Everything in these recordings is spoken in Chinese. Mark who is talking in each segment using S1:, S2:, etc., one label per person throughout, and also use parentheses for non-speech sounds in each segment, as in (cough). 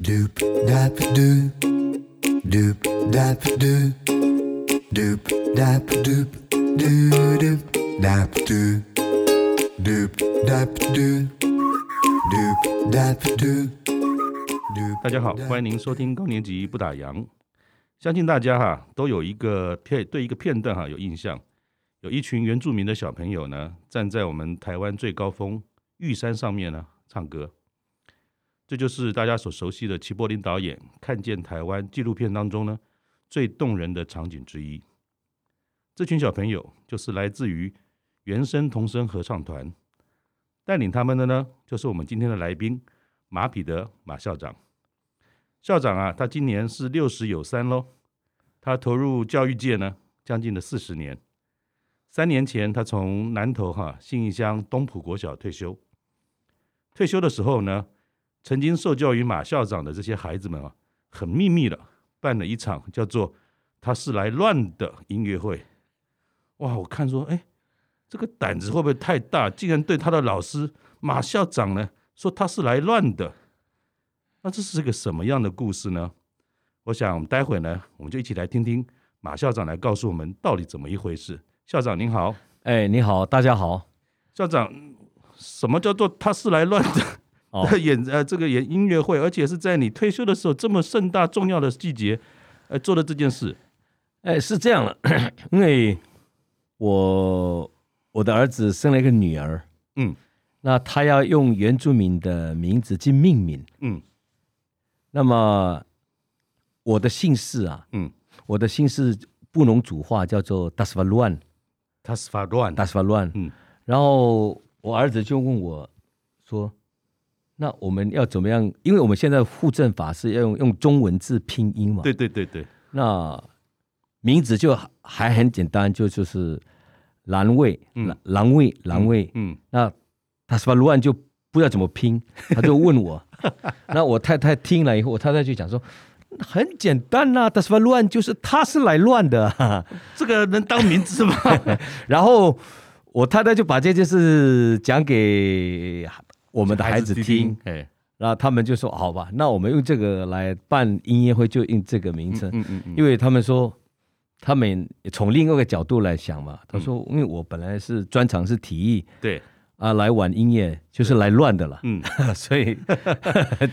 S1: Doop dap doop, doop dap doop, doop dap doop, doo doop dap doop, doop dap doop, doop dap doop, doop.
S2: 大家好，
S1: dap
S2: 欢迎您收听高年级不打烊。相信大家哈、都有一个片对一个片段哈、有印象，有一群原住民的小朋友呢，站在我们台湾最高峰玉山上面呢唱歌，这就是大家所熟悉的齐柏林导演《看见台湾》纪录片当中呢最动人的场景之一。这群小朋友就是来自于原声童声合唱团，带领他们的呢就是我们今天的来宾马彼得马校长。校长啊，他今年是六十有三喽。他投入教育界呢，将近了四十年。三年前，他从南投哈、信义乡东浦国小退休。退休的时候呢，曾经受教于马校长的这些孩子们啊，很秘密的办了一场叫做“他是来乱”的音乐会。哇，我看说，哎，这个胆子会不会太大？竟然对他的老师马校长呢说他是来乱的。那这是个什么样的故事呢？我想待会呢，我们就一起来听听马校长来告诉我们到底怎么一回事。校长您好，
S3: 哎，你好，大家好。
S2: 校长，什么叫做他是来乱 (laughs) 的？
S3: 哦
S2: 演呃这个演音乐会，而且是在你退休的时候这么盛大重要的季节，呃做的这件事。
S3: 哎，是这样的， (coughs) 因为我我的儿子生了一个女儿，
S2: 嗯
S3: 那他要用原住民的名字去命名。
S2: 嗯
S3: 那么我的姓氏啊，
S2: 嗯，
S3: 我的姓氏布农族话叫做 Dasvaluan
S2: 他是发乱。
S3: Dasvaluan。
S2: 嗯
S3: 然后我儿子就问我说：“那我们要怎么样？因为我们现在户政法是要用用中文字拼音嘛。”
S2: 对对对对，
S3: 那名字就还很简单，就就是兰卫、
S2: 嗯
S3: 兰兰卫、兰卫。
S2: 嗯
S3: 那他是吧？卢安就不知道怎么拼，他就问
S2: (laughs)
S3: 我。那我太太听了以后，我太太就讲说。很简单呐、他是吧？乱就是他是来乱的、
S2: (laughs) (laughs) 这个能当名字 (laughs) 吗？
S3: 然后我太太就把这件事讲给我们的孩子听，，
S2: 哎，
S3: 然后他们就说：“好吧，那我们用这个来办音乐会，就用这个名称。
S2: 嗯嗯嗯，
S3: 因为他们说，他们从另外一个角度来想嘛，他说，因为我本来是专长是体育
S2: 对，
S3: 啊，来玩音乐就是来乱的了，
S2: 嗯，
S3: (laughs) 所以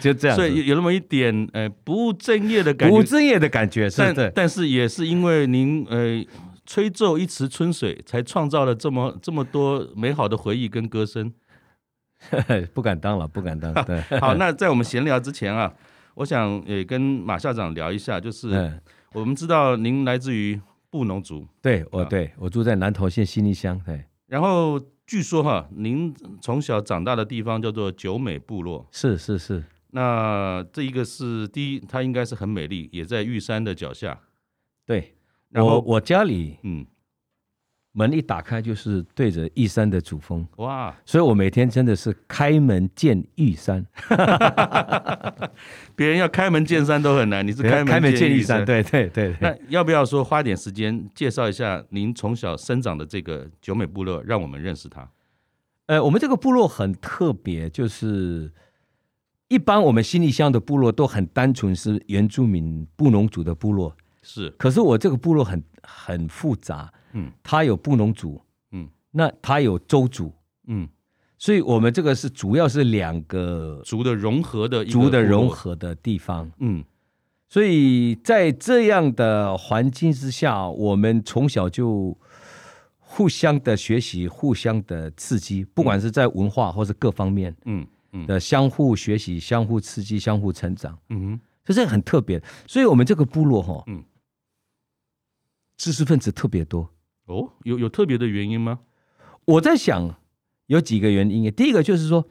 S3: 就这样
S2: 所以
S3: (laughs)
S2: 有
S3: 子，
S2: 有那么一点呃不务正业的感
S3: 不务
S2: 觉，
S3: 正业的感觉，是
S2: 但
S3: 对，
S2: 但是也是因为您呃吹奏一池春水，才创造了这么这么多美好的回忆跟歌
S3: (laughs)
S2: 声。
S3: 不敢当了，不敢当，
S2: (laughs)
S3: 对，
S2: 好，那在我们闲聊之前啊，我想也跟马校长聊一下，就是
S3: 嗯，
S2: 我们知道您来自于布农族，
S3: 对我
S2: 啊
S3: 对我住在南投县新义乡，对，
S2: 然后据说哈、您从小长大的地方叫做九美部落。
S3: 是是是，
S2: 那这一个是第一，它应该是很美丽，也在玉山的脚下。
S3: 对
S2: 然
S3: 我
S2: 后，
S3: 我家里
S2: 嗯，
S3: 门一打开就是对着玉山的主峰。
S2: 哇，
S3: 所以我每天真的是开门见玉山，
S2: 别人要开门见山都很难，你是开
S3: 开门
S2: 见
S3: 见玉
S2: 山
S3: 山，。对对对对。
S2: 那要不要说花点时间介绍一下您从小生长的这个九美部落，让我们认识它？
S3: 呃，我们这个部落很特别，就是一般我们新义乡的部落都很单纯，是原住民布农族的部落。
S2: 是，
S3: 可是我这个部落很很复杂，
S2: 嗯
S3: 它有布农族，
S2: 嗯
S3: 那它有州族，
S2: 嗯，
S3: 所以我们这个是主要是两个
S2: 族的融合的一个
S3: 族的融
S2: 部落，
S3: 合的地方。
S2: 嗯
S3: 所以在这样的环境之下，我们从小就互相的学习，互相的刺激，不管是在文化或是各方面。
S2: 嗯嗯
S3: 的相互学习、相互刺激、相互成长，
S2: 嗯
S3: 这是很特别。所以我们这个部落哈、
S2: 嗯
S3: 知识分子特别多。
S2: 哼，哦，有有特别的原因吗？
S3: 我在想，有几个原因。第一个就是说，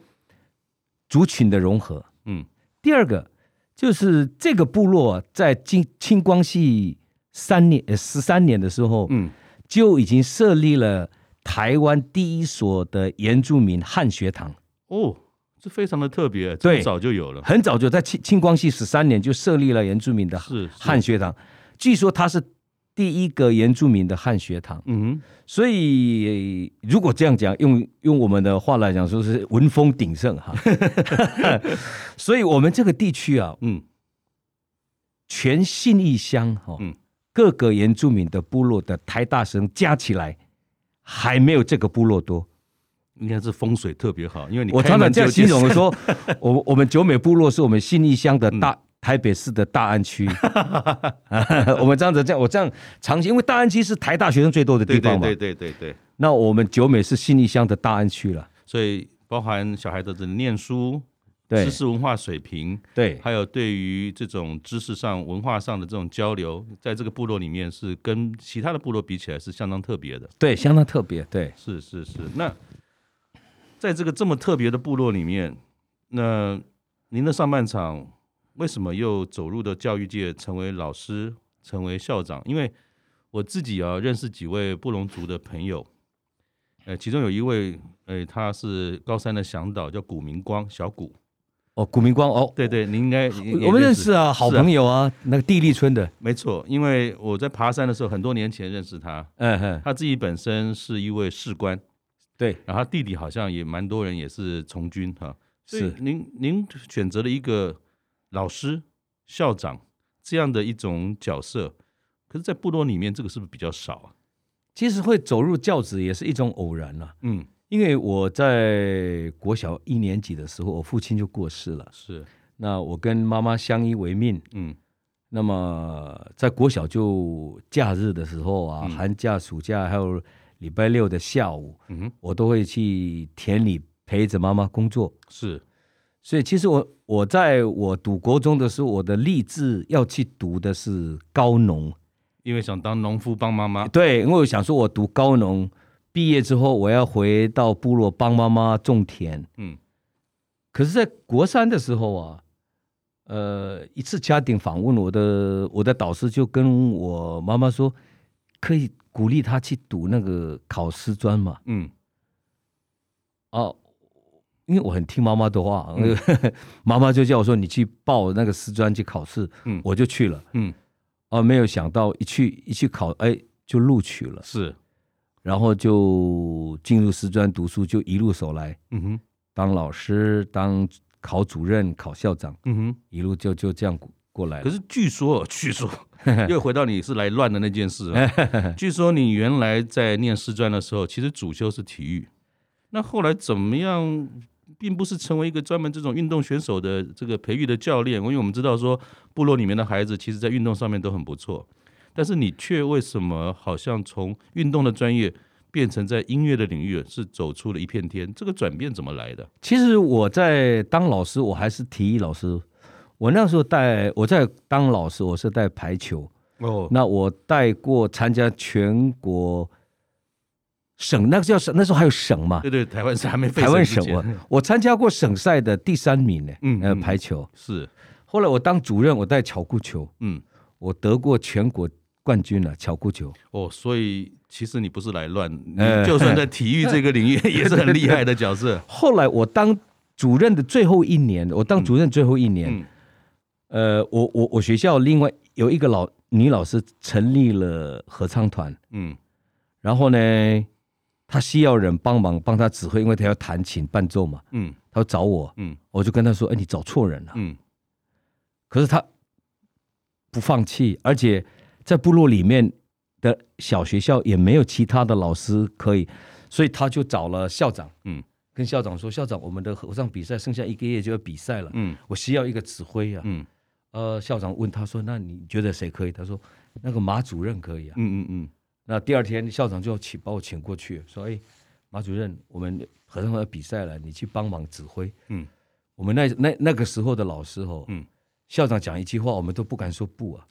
S3: 族群的融合；
S2: 嗯
S3: 第二个就是这个部落在清清光绪三年呃十三年的时候，
S2: 嗯，
S3: 就已经设立了台湾第一所的原住民汉学堂。
S2: 哦，这非常的特别，这
S3: 对
S2: 么早就有了，
S3: 很早就在清清光绪十三年就设立了原住民的
S2: 是是
S3: 汉学堂，据说它是第一个原住民的汉学堂。
S2: 嗯
S3: 所以如果这样讲，用用我们的话来讲，说是文风鼎盛哈。所以我们这个地区啊，
S2: 哼嗯
S3: 全信义乡哈、哦
S2: 嗯
S3: 各个原住民的部落的台大神加起来，还没有这个部落多。
S2: 应该是风水特别好，因为你
S3: 我
S2: 开
S3: 常常
S2: 门
S3: 这样
S2: 就见
S3: 形容 (laughs) 说，我我们九美部落是我们信义乡的大、台北市的大安区， (laughs) 我们这样子这样，我这样长期，因为大安区是台大学生最多的地
S2: 对
S3: 方
S2: 对
S3: 嘛，
S2: 对对对对，
S3: 那我们九美是信义乡的大安区了，
S2: 所以包含小孩子的念书、
S3: 对
S2: 知识文化水平，
S3: 对
S2: 还有对于这种知识上、文化上的这种交流，在这个部落里面是跟其他的部落比起来是相当特别的。
S3: 对，相当特别，对，
S2: 是是是，那在这个这么特别的部落里面，那您的上半场为什么又走入的教育界，成为老师，成为校长？因为我自己啊认识几位布隆族的朋友，呃，其中有一位，呃，他是高三的向导，叫古明光，小古。
S3: 哦，古明光哦，
S2: 对对，您应该
S3: 我们认识啊，好朋
S2: 友。
S3: 友啊，那个地利村的，
S2: 没错，因为我在爬山的时候，很多年前认识他。
S3: 嗯哼，
S2: 他自己本身是一位士官，
S3: 对，
S2: 然后他弟弟好像也蛮多人也是从军哈、所以
S3: 是
S2: 您您选择了一个老师、校长这样的一种角色，可是，在部落里面，这个是不是比较少啊？
S3: 其实会走入教职也是一种偶然了、啊
S2: 嗯，
S3: 因为我在国小一年级的时候，我父亲就过世了，
S2: 是，
S3: 那我跟妈妈相依为命，
S2: 嗯
S3: 那么在国小就假日的时候啊，
S2: 嗯
S3: 寒假、暑假还有礼拜六的下午，
S2: 嗯哼，
S3: 我都会去田里陪着妈妈工作。
S2: 是，
S3: 所以其实我我在我读国中的时候，我的立志要去读的是高农，
S2: 因为想当农夫帮妈妈，
S3: 对，因为我想说我读高农毕业之后，我要回到部落帮妈妈种田。
S2: 嗯
S3: 可是，在国三的时候啊，呃，一次家庭访问，我的我的导师就跟我妈妈说，可以鼓励她去读那个考师专嘛。
S2: 嗯
S3: 哦，因为我很听妈妈的话， (laughs) 妈妈就叫我说你去报那个师专去考试，
S2: 嗯
S3: 我就去了。
S2: 嗯，
S3: 哦，没有想到一去一去考，哎，就录取了，
S2: 是，
S3: 然后就进入师专读书，就一路走来，
S2: 嗯哼，
S3: 当老师，当考主任，考校长，
S2: 嗯哼。
S3: 一路就就这样过过来了。
S2: 可是据说， (laughs) 据说又回到你是来乱的那件事、
S3: (laughs)
S2: 啊。据说你原来在念师专的时候，其实主修是体育，那后来怎么样，并不是成为一个专门这种运动选手的这个培育的教练，因为我们知道说部落里面的孩子其实在运动上面都很不错，但是你却为什么好像从运动的专业变成在音乐的领域是走出了一片天？这个转变怎么来的？
S3: 其实我在当老师，我还是体育老师。我那时候带我在当老师，我是带排球。
S2: 哦，
S3: 那我带过参加全国省，那个叫省，那时候还有省嘛，
S2: 对对，台湾省还没废
S3: 台湾
S2: 之
S3: 省
S2: 前
S3: 我我参加过省赛的第三名呢，
S2: 嗯
S3: 呃，
S2: 嗯
S3: 排球。
S2: 是
S3: 后来我当主任，我带巧固球，
S2: 嗯。
S3: 我得过全国冠军了，巧固球。
S2: 哦，所以其实你不是来乱，你
S3: 呃
S2: 就算在体育这个
S3: (laughs)
S2: 领域也是很厉害的角色。
S3: 后来我当主任的最后一年，我当主任最后一年，
S2: 嗯
S3: 呃，我我我学校另外有一个老女老师成立了合唱团，
S2: 嗯
S3: 然后呢，她需要人帮忙帮她指挥，因为她要弹琴伴奏嘛，
S2: 嗯
S3: 她找我，
S2: 嗯
S3: 我就跟她说：“哎，你找错人了。
S2: 嗯，
S3: 可是她不放弃，而且在部落里面的小学校也没有其他的老师可以，所以她就找了校长，
S2: 嗯，
S3: 跟校长说：“校长，我们的合唱比赛剩下一个月就要比赛了，
S2: 嗯
S3: 我需要一个指挥啊。”
S2: 嗯
S3: 呃，校长问他说：“那你觉得谁可以？”他说：“那个马主任可以啊。
S2: 嗯嗯嗯，
S3: 那第二天校长就请把我请过去，说：“哎，马主任，我们合唱团比赛了，你去帮忙指挥。”
S2: 嗯，
S3: 我们那那那个时候的老师哦，
S2: 嗯，
S3: 校长讲一句话，我们都不敢说不啊。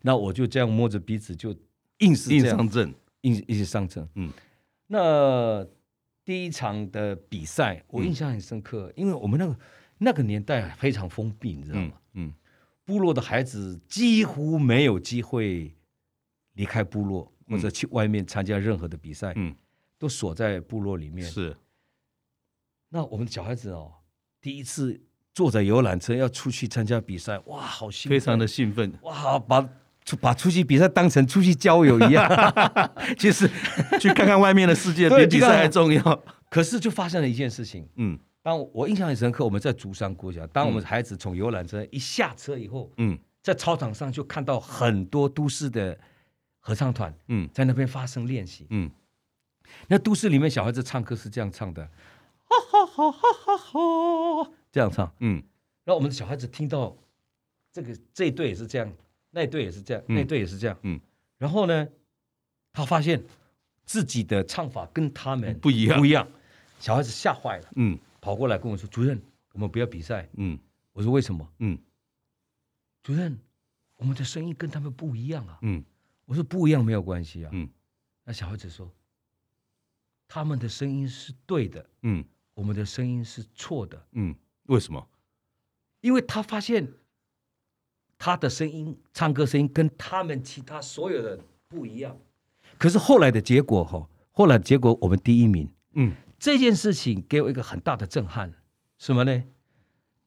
S3: 那我就这样摸着鼻子就硬是
S2: 印
S3: 这样
S2: 上阵。
S3: 硬一直上阵。
S2: 嗯，
S3: 那第一场的比赛我
S2: 嗯
S3: 印象很深刻，因为我们那个那个年代啊非常封闭，你知道吗？
S2: 嗯嗯
S3: 部落的孩子几乎没有机会离开部落，或者去外面参加任何的比赛，
S2: 嗯，
S3: 都锁在部落里面。
S2: 是
S3: 那我们的小孩子哦，第一次坐着游览车要出去参加比赛，哇，好兴奋，
S2: 非常的兴奋。
S3: 哇，把出把出去比赛当成出去郊游一样。 (laughs) 其 (laughs) 实，
S2: 去看看外面的世界，比
S3: (laughs) 对
S2: 比
S3: 这个
S2: 赛还重要。
S3: 可是就发生了一件事情，
S2: 嗯
S3: 当我我印象很深刻，我们在竹山国小，当我们孩子从游览车一下车以后，
S2: 嗯
S3: 在操场上就看到很多都市的合唱团
S2: 嗯
S3: 在那边发声练习。
S2: 嗯，
S3: 那都市里面小孩子唱歌是这样唱的，哈哈哈哈哈哈，这样唱。
S2: 嗯
S3: 然后我们的小孩子听到这个这一队也是这样，那一队也是这样，
S2: 嗯
S3: 那一队也是这样，
S2: 嗯，
S3: 然后呢，他发现自己的唱法跟他们
S2: 不一样
S3: 不一样，小孩子吓坏了，
S2: 嗯
S3: 跑过来跟我说：“主任，我们不要比赛。
S2: 嗯”
S3: 我说：“为什么
S2: 嗯？”
S3: 主任，我们的声音跟他们不一样啊。
S2: 嗯
S3: 我说：“不一样没有关系啊。
S2: 嗯”
S3: 那小孩子说：“他们的声音是对的，
S2: 嗯
S3: 我们的声音是错的。”
S2: 嗯，为什么？
S3: 因为他发现他的声音、唱歌声音跟他们其他所有人不一样。可是后来的结果哈，后来的结果我们第一名
S2: 嗯
S3: 这件事情给我一个很大的震撼，什么呢？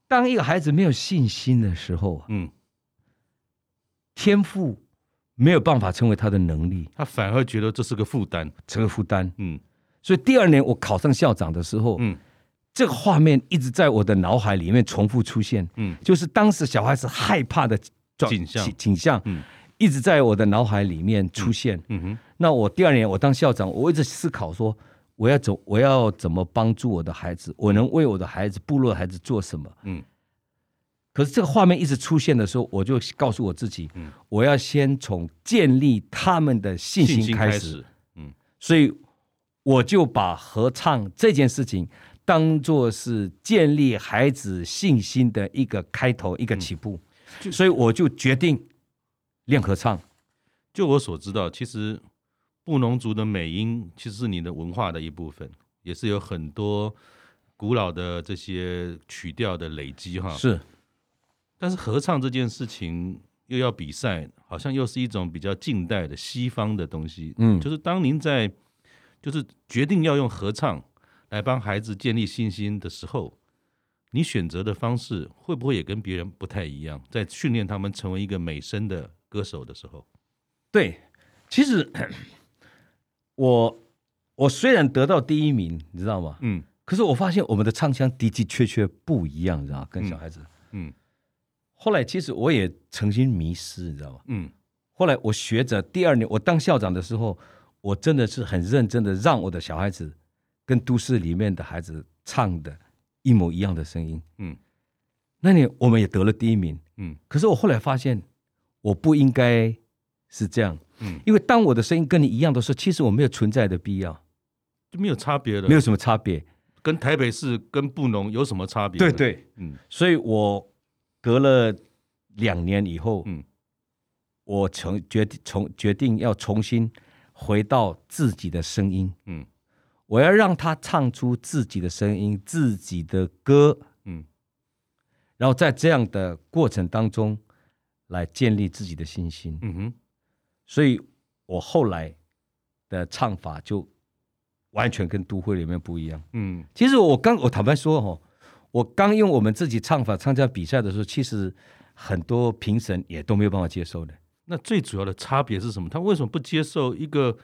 S3: 当一个孩子没有信心的时候啊，
S2: 嗯，
S3: 天赋没有办法成为他的能力，
S2: 他反而觉得这是个负担。
S3: 成为负担。
S2: 嗯
S3: 所以第二年我考上校长的时候，
S2: 嗯
S3: 这个画面一直在我的脑海里面重复出现，
S2: 嗯
S3: 就是当时小孩子害怕的状
S2: 景象
S3: 景象，
S2: 嗯
S3: 一直在我的脑海里面出现。
S2: 嗯哼
S3: 那我第二年我当校长，我一直思考说，我要怎我要怎么帮助我的孩子，我能为我的孩子、部落的孩子做什么？
S2: 嗯
S3: 可是这个画面一直出现的时候，我就告诉我自己，
S2: 嗯
S3: 我要先从建立他们的信
S2: 信
S3: 心
S2: 心
S3: 开
S2: 开
S3: 始。
S2: 始。嗯
S3: 所以我就把合唱这件事情当做是建立孩子信心的一个开头，一个起步。
S2: 嗯就
S3: 所以我就决定练合唱。
S2: 就我所知道，其实布农族的美音其实是你的文化的一部分，也是有很多古老的这些曲调的累积哈。，
S3: 是
S2: 但是合唱这件事情又要比赛，好像又是一种比较近代的西方的东西。
S3: 嗯
S2: 就是当您在就是决定要用合唱来帮孩子建立信心的时候。你选择的方式会不会也跟别人不太一样？在训练他们成为一个美声的歌手的时候，
S3: 对，其实 (clears throat) 我我虽然得到第一名，你知道吗？
S2: 嗯
S3: 可是我发现我们的唱腔的的确确不一样，你知道吗？跟小孩子。
S2: 嗯
S3: 后来其实我也曾经迷失，你知道吗？
S2: 嗯
S3: 后来我学着第二年，我当校长的时候，我真的是很认真的让我的小孩子跟都市里面的孩子唱的一模一样的声音。
S2: 嗯
S3: 那年我们也得了第一名，
S2: 嗯
S3: 可是我后来发现我不应该是这样，
S2: 嗯，
S3: 因为当我的声音跟你一样的时候，其实我没有存在的必要，
S2: 就没有差别了，
S3: 没有什么差别。
S2: 跟台北市跟布农有什么差别？，
S3: 对，
S2: 嗯
S3: 所以我隔了两年以后，
S2: 嗯
S3: 我从决定从决定要重新回到自己的声音。
S2: 嗯
S3: 我要让他唱出自己的声音、自己的歌，
S2: 嗯
S3: 然后在这样的过程当中来建立自己的信心。
S2: 嗯哼
S3: 所以我后来的唱法就完全跟都会里面不一样。
S2: 嗯
S3: 其实我刚我坦白说哦，我刚用我们自己唱法参加比赛的时候，其实很多评审也都没有办法接受的。
S2: 那最主要的差别是什么？他为什么不接受一个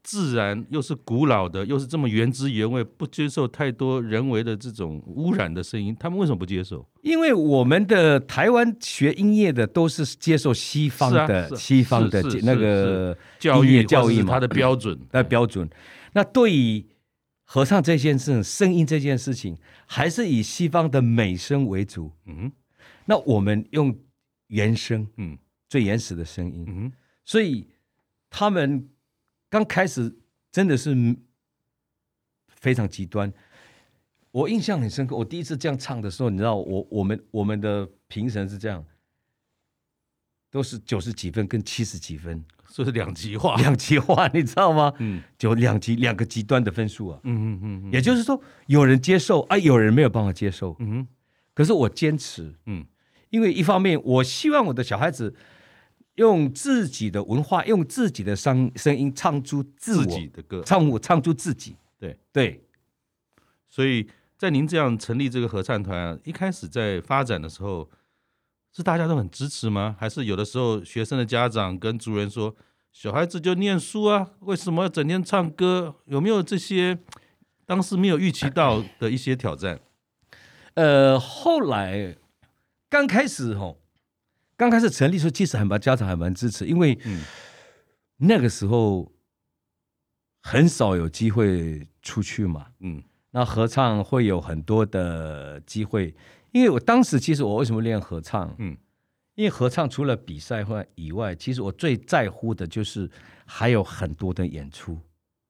S2: 自然又是古老的，又是这么原汁原味，不接受太多人为的这种污染的声音？他们为什么不接受？
S3: 因为我们的台湾学音乐的都是接受西方
S2: 是啊
S3: 的、
S2: 是啊
S3: 西方的
S2: 是是
S3: 那
S2: 是
S3: 个
S2: 教
S3: 音
S2: 育
S3: 乐教育
S2: 或者是
S3: 嘛
S2: 它的标 (coughs) 准，
S3: 那标准。那对于合唱这件事、声音这件事情，还是以西方的美声为主。
S2: 嗯
S3: 那我们用原声
S2: 嗯
S3: 最原始的声音，
S2: 嗯哼
S3: 所以他们刚开始真的是非常极端。我印象很深刻，我第一次这样唱的时候，你知道，我我们我们的评审是这样，都是九十几分跟七十几分，
S2: 这是两极化。
S3: (laughs) 两极化，你知道吗？
S2: 嗯
S3: 就两极两个极端的分数啊。
S2: 嗯嗯嗯嗯
S3: 也就是说，有人接受啊，有人没有办法接受。
S2: 嗯哼
S3: 可是我坚持，
S2: 嗯
S3: 因为一方面我希望我的小孩子用自己的文化，用自己的声声音唱出自我，
S2: 自己的歌，
S3: 唱我唱出自己。
S2: 对
S3: 对，
S2: 所以在您这样成立这个合唱团、啊，一开始在发展的时候，是大家都很支持吗？还是有的时候学生的家长跟族人说，小孩子就念书啊，为什么要整天唱歌？有没有这些当时没有预期到的一些挑战？
S3: 呃，后来刚开始吼，刚开始成立的时候，其实还蛮家长还蛮支持，因为
S2: 嗯
S3: 那个时候很少有机会出去嘛。
S2: 嗯
S3: 那合唱会有很多的机会，因为我当时其实我为什么练合唱？
S2: 嗯
S3: 因为合唱除了比赛外以外，其实我最在乎的就是还有很多的演出、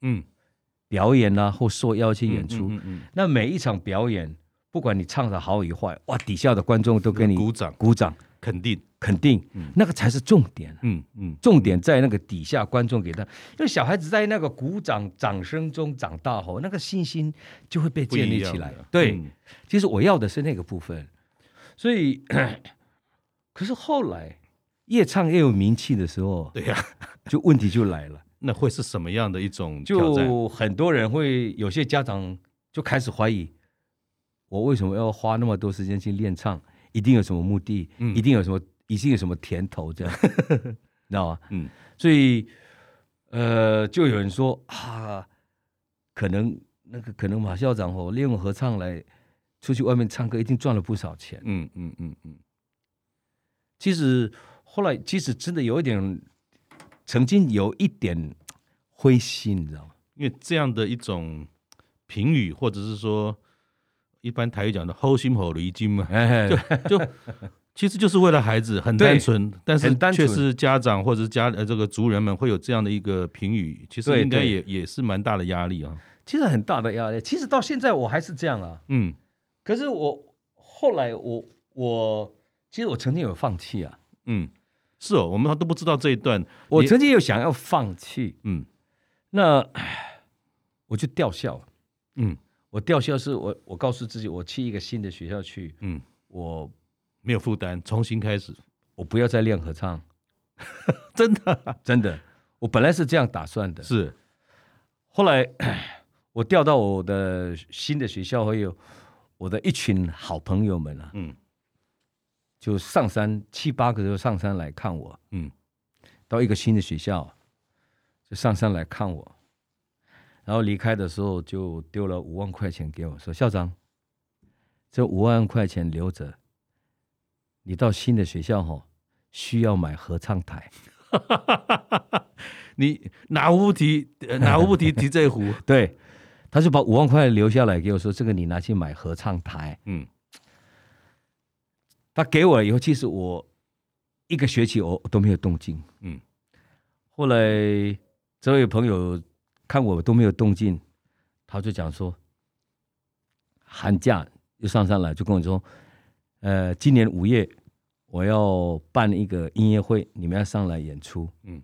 S2: 嗯，
S3: 表演啊，或受邀去演出。
S2: 嗯嗯
S3: 那每一场表演，不管你唱的好与坏，哇，底下的观众都给你
S2: 鼓掌嗯
S3: 鼓掌，
S2: 肯定，
S3: 肯定，那个才是重点。啊
S2: 嗯嗯
S3: 重点在那个底下观众给他，因为小孩子在那个鼓掌掌声中长大后，那个信心就会被
S2: 不一
S3: 建立
S2: 样
S3: 起来
S2: 的。
S3: 对，
S2: 嗯
S3: 其实我要的是那个部分，所以， (coughs) 可是后来越唱越有名气的时候，
S2: 对呀， (laughs)
S3: 就问题就来了，
S2: 那会是什么样的一种挑战？
S3: 就很多人会有些家长就开始怀疑，我为什么要花那么多时间去练唱？一定有什么目的，
S2: 嗯
S3: 一定有什么，一定有什么甜头，这样， (laughs) 你知道吗？
S2: 嗯
S3: 所以，呃，就有人说啊，可能那个可能马校长哦，利用合唱来出去外面唱歌，一定赚了不少钱。
S2: 嗯嗯嗯嗯
S3: 其实后来，其实真的有一点，曾经有一点灰心，你知道吗？
S2: 因为这样的一种评语，或者是说一般台语讲的“齁心吼驴筋”嘛，
S3: 哎，
S2: 就其实就是为了孩子，很
S3: 对
S2: 单纯，但是
S3: 很单
S2: 却
S3: 纯
S2: 是家长或者是家呃这个族人们会有这样的一个评语，其实
S3: 对
S2: 应该
S3: 对
S2: 也也是蛮大的压力啊。
S3: 其实很大的压力。其实到现在我还是这样啊。
S2: 嗯
S3: 可是我后来我我其实我曾经有放弃啊，
S2: 嗯，是哦，我们都不知道这一段。
S3: 我
S2: 你
S3: 曾经有想要放弃，
S2: 嗯
S3: 那唉我就吊校了。
S2: 嗯
S3: 我吊校是我我告诉自己，我去一个新的学校去，
S2: 嗯，
S3: 我
S2: 没有负担，重新开始，
S3: 我不要再练合唱，
S2: 真的啊
S3: (laughs) 真的。我本来是这样打算的，
S2: 是
S3: 后来 (coughs) 我调到我的新的学校，还有我的一群好朋友们啊，
S2: 嗯
S3: 就上山七八个就上山来看我，
S2: 嗯
S3: 到一个新的学校就上山来看我，然后离开的时候就丢了五万块钱给我，说校长，这五万块钱留着，你到新的学校吼、需要买合唱台，
S2: 你哪壶不提呃哪壶不提提这壶， (laughs)
S3: 对，他就把五万块留下来给我说，这个你拿去买合唱台。
S2: 嗯
S3: 他给我了以后，其实我一个学期我都没有动静。
S2: 嗯
S3: 后来这位朋友看我都没有动静，他就讲说，寒假又上山来，就跟我说，呃，今年五月我要办一个音乐会，你们要上来演出。
S2: 嗯，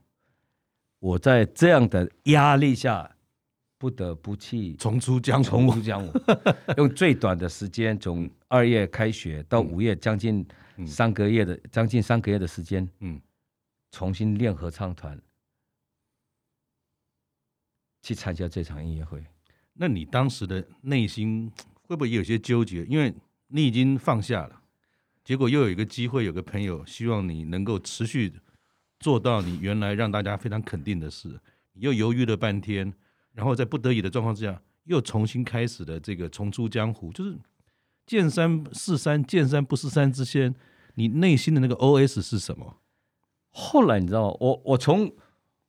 S3: 我在这样的压力下，不得不去
S2: 重出江
S3: 重
S2: 湖，
S3: 复讲我， (laughs) 用最短的时间，从二月开学到五月，将近三个月的、将近三个月的时间，
S2: 嗯
S3: 重新练合唱团，去参加这场音乐会。
S2: 那你当时的内心会不会也有些纠结？因为你已经放下了，结果又有一个机会，有个朋友希望你能够持续做到你原来让大家非常肯定的事，你又犹豫了半天，然后在不得已的状况之下，又重新开始了这个重出江湖，就是见山是山，见山不是山之间，你内心的那个 OS 是什么？
S3: 后来你知道吗？我我从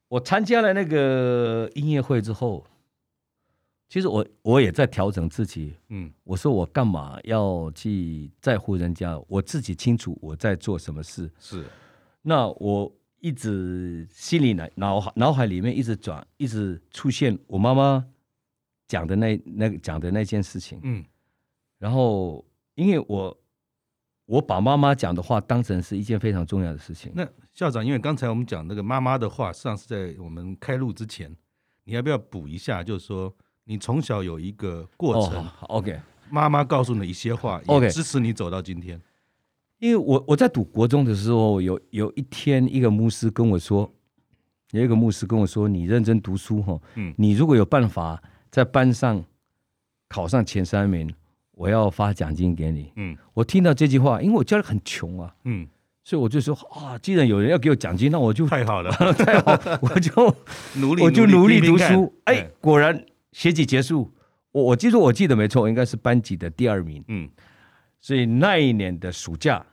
S3: 我参加了那个音乐会之后，其实我我也在调整自己。
S2: 嗯
S3: 我说我干嘛要去在乎人家？我自己清楚我在做什么事。
S2: 是，
S3: 那我一直心里脑脑海脑海里面一直转，一直出现我妈妈讲的那那讲的那件事情。
S2: 嗯
S3: 然后，因为我我把妈妈讲的话当成是一件非常重要的事情。
S2: 那校长，因为刚才我们讲那个妈妈的话，实际上是在我们开录之前，你要不要补一下？就是说，你从小有一个过程，
S3: 哦好，OK，
S2: 妈妈告诉你一些话，也
S3: OK
S2: 支持你走到今天。
S3: 因为我我在读国中的时候，有有一天一个牧师跟我说，有一个牧师跟我说，你认真读书哈，
S2: 嗯
S3: 你如果有办法在班上考上前三名，我要发奖金给你。
S2: 嗯
S3: 我听到这句话，因为我家里很穷啊，
S2: 嗯，
S3: 所以我就说啊，既然有人要给我奖金，那我就
S2: 太
S3: (laughs)
S2: 好了，(laughs)
S3: 太好，我就
S2: 努力，
S3: 我就努力
S2: 拼
S3: 读
S2: 命干
S3: 书。哎，，果然学期结束，我我记住我记得没错，我应该是班级的第二名。
S2: 嗯
S3: 所以那一年的暑假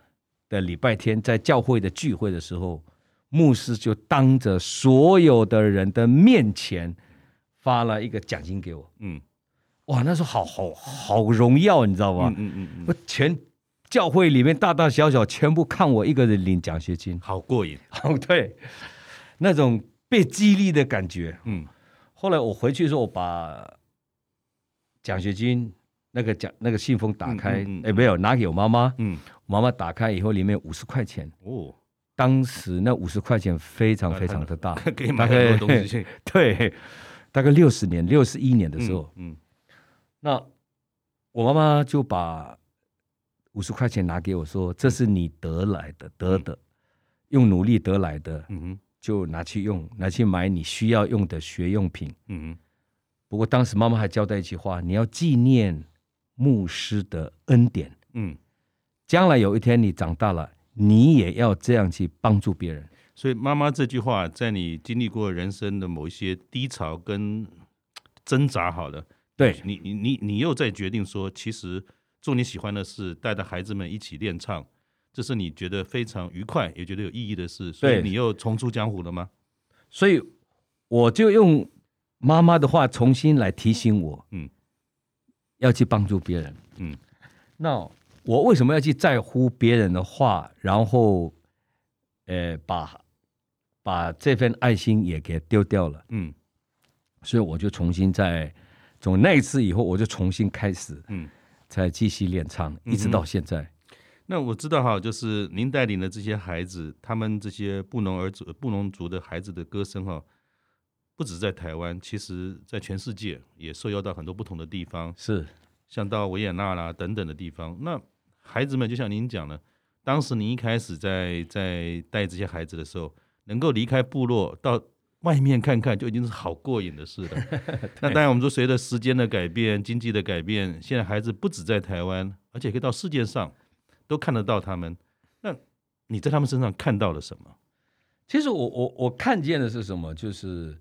S3: 的礼拜天，在教会的聚会的时候，牧师就当着所有的人的面前发了一个奖金给我。
S2: 嗯
S3: 哇，那时候好好好荣耀，你知道
S2: 嗯
S3: 吗？
S2: 嗯嗯嗯，。
S3: 我全教会里面大大小小全部看我一个人领奖学金
S2: (laughs) 好过瘾。
S3: 哦，对，那种被激励的感觉。
S2: 嗯
S3: 后来我回去的时候，我把奖学金那个奖那个信封打开，哎、
S2: 嗯嗯嗯
S3: 没有拿给我妈妈，
S2: 嗯，
S3: 我妈妈打开以后里面五十块钱，
S2: 哦，
S3: 当时那五十块钱非常非常的大，
S2: 呃可以买很多东西去。
S3: (laughs) 对，大概六十年六十一年的时候，
S2: 嗯，
S3: 那我妈妈就把五十块钱拿给我说：“这是你得来的，得的，用努力得来的，
S2: 嗯嗯
S3: 就拿去用，拿去买你需要用的学用品。
S2: 嗯嗯，”
S3: 不过当时妈妈还交代一句话：“你要纪念牧师的恩典，
S2: 嗯，
S3: 将来有一天你长大了，你也要这样去帮助别人。
S2: 所以妈妈这句话，在你经历过人生的某一些低潮跟挣扎，好了，”
S3: 对，
S2: 你你你你又在决定说，其实做你喜欢的事，带着孩子们一起练唱，这是你觉得非常愉快也觉得有意义的事，所以
S3: 对
S2: 你又重出江湖了吗？
S3: 所以我就用妈妈的话重新来提醒我，
S2: 嗯，
S3: 要去帮助别人，
S2: 嗯。
S3: 那我为什么要去在乎别人的话，然后，呃，把把这份爱心也给丢掉了？
S2: 嗯
S3: 所以我就重新在从那一次以后，我就重新开始，
S2: 嗯。
S3: 才继续练唱，
S2: 哼
S3: 一直到现在。
S2: 那我知道哈，就是您带领的这些孩子，他们这些布农儿族、布农族的孩子的歌声哈，不止在台湾，其实在全世界也受邀到很多不同的地方，
S3: 是
S2: 像到维也纳啦等等的地方。那孩子们就像您讲的，当时您一开始在在带这些孩子的时候，能够离开部落到外面看看，就已经是好过瘾的事了。那当然，我们说随着时间的改变、经济的改变，现在孩子不止在台湾，而且可以到世界上都看得到他们。那你在他们身上看到了什么？
S3: 其实我我我看见的是什么？就是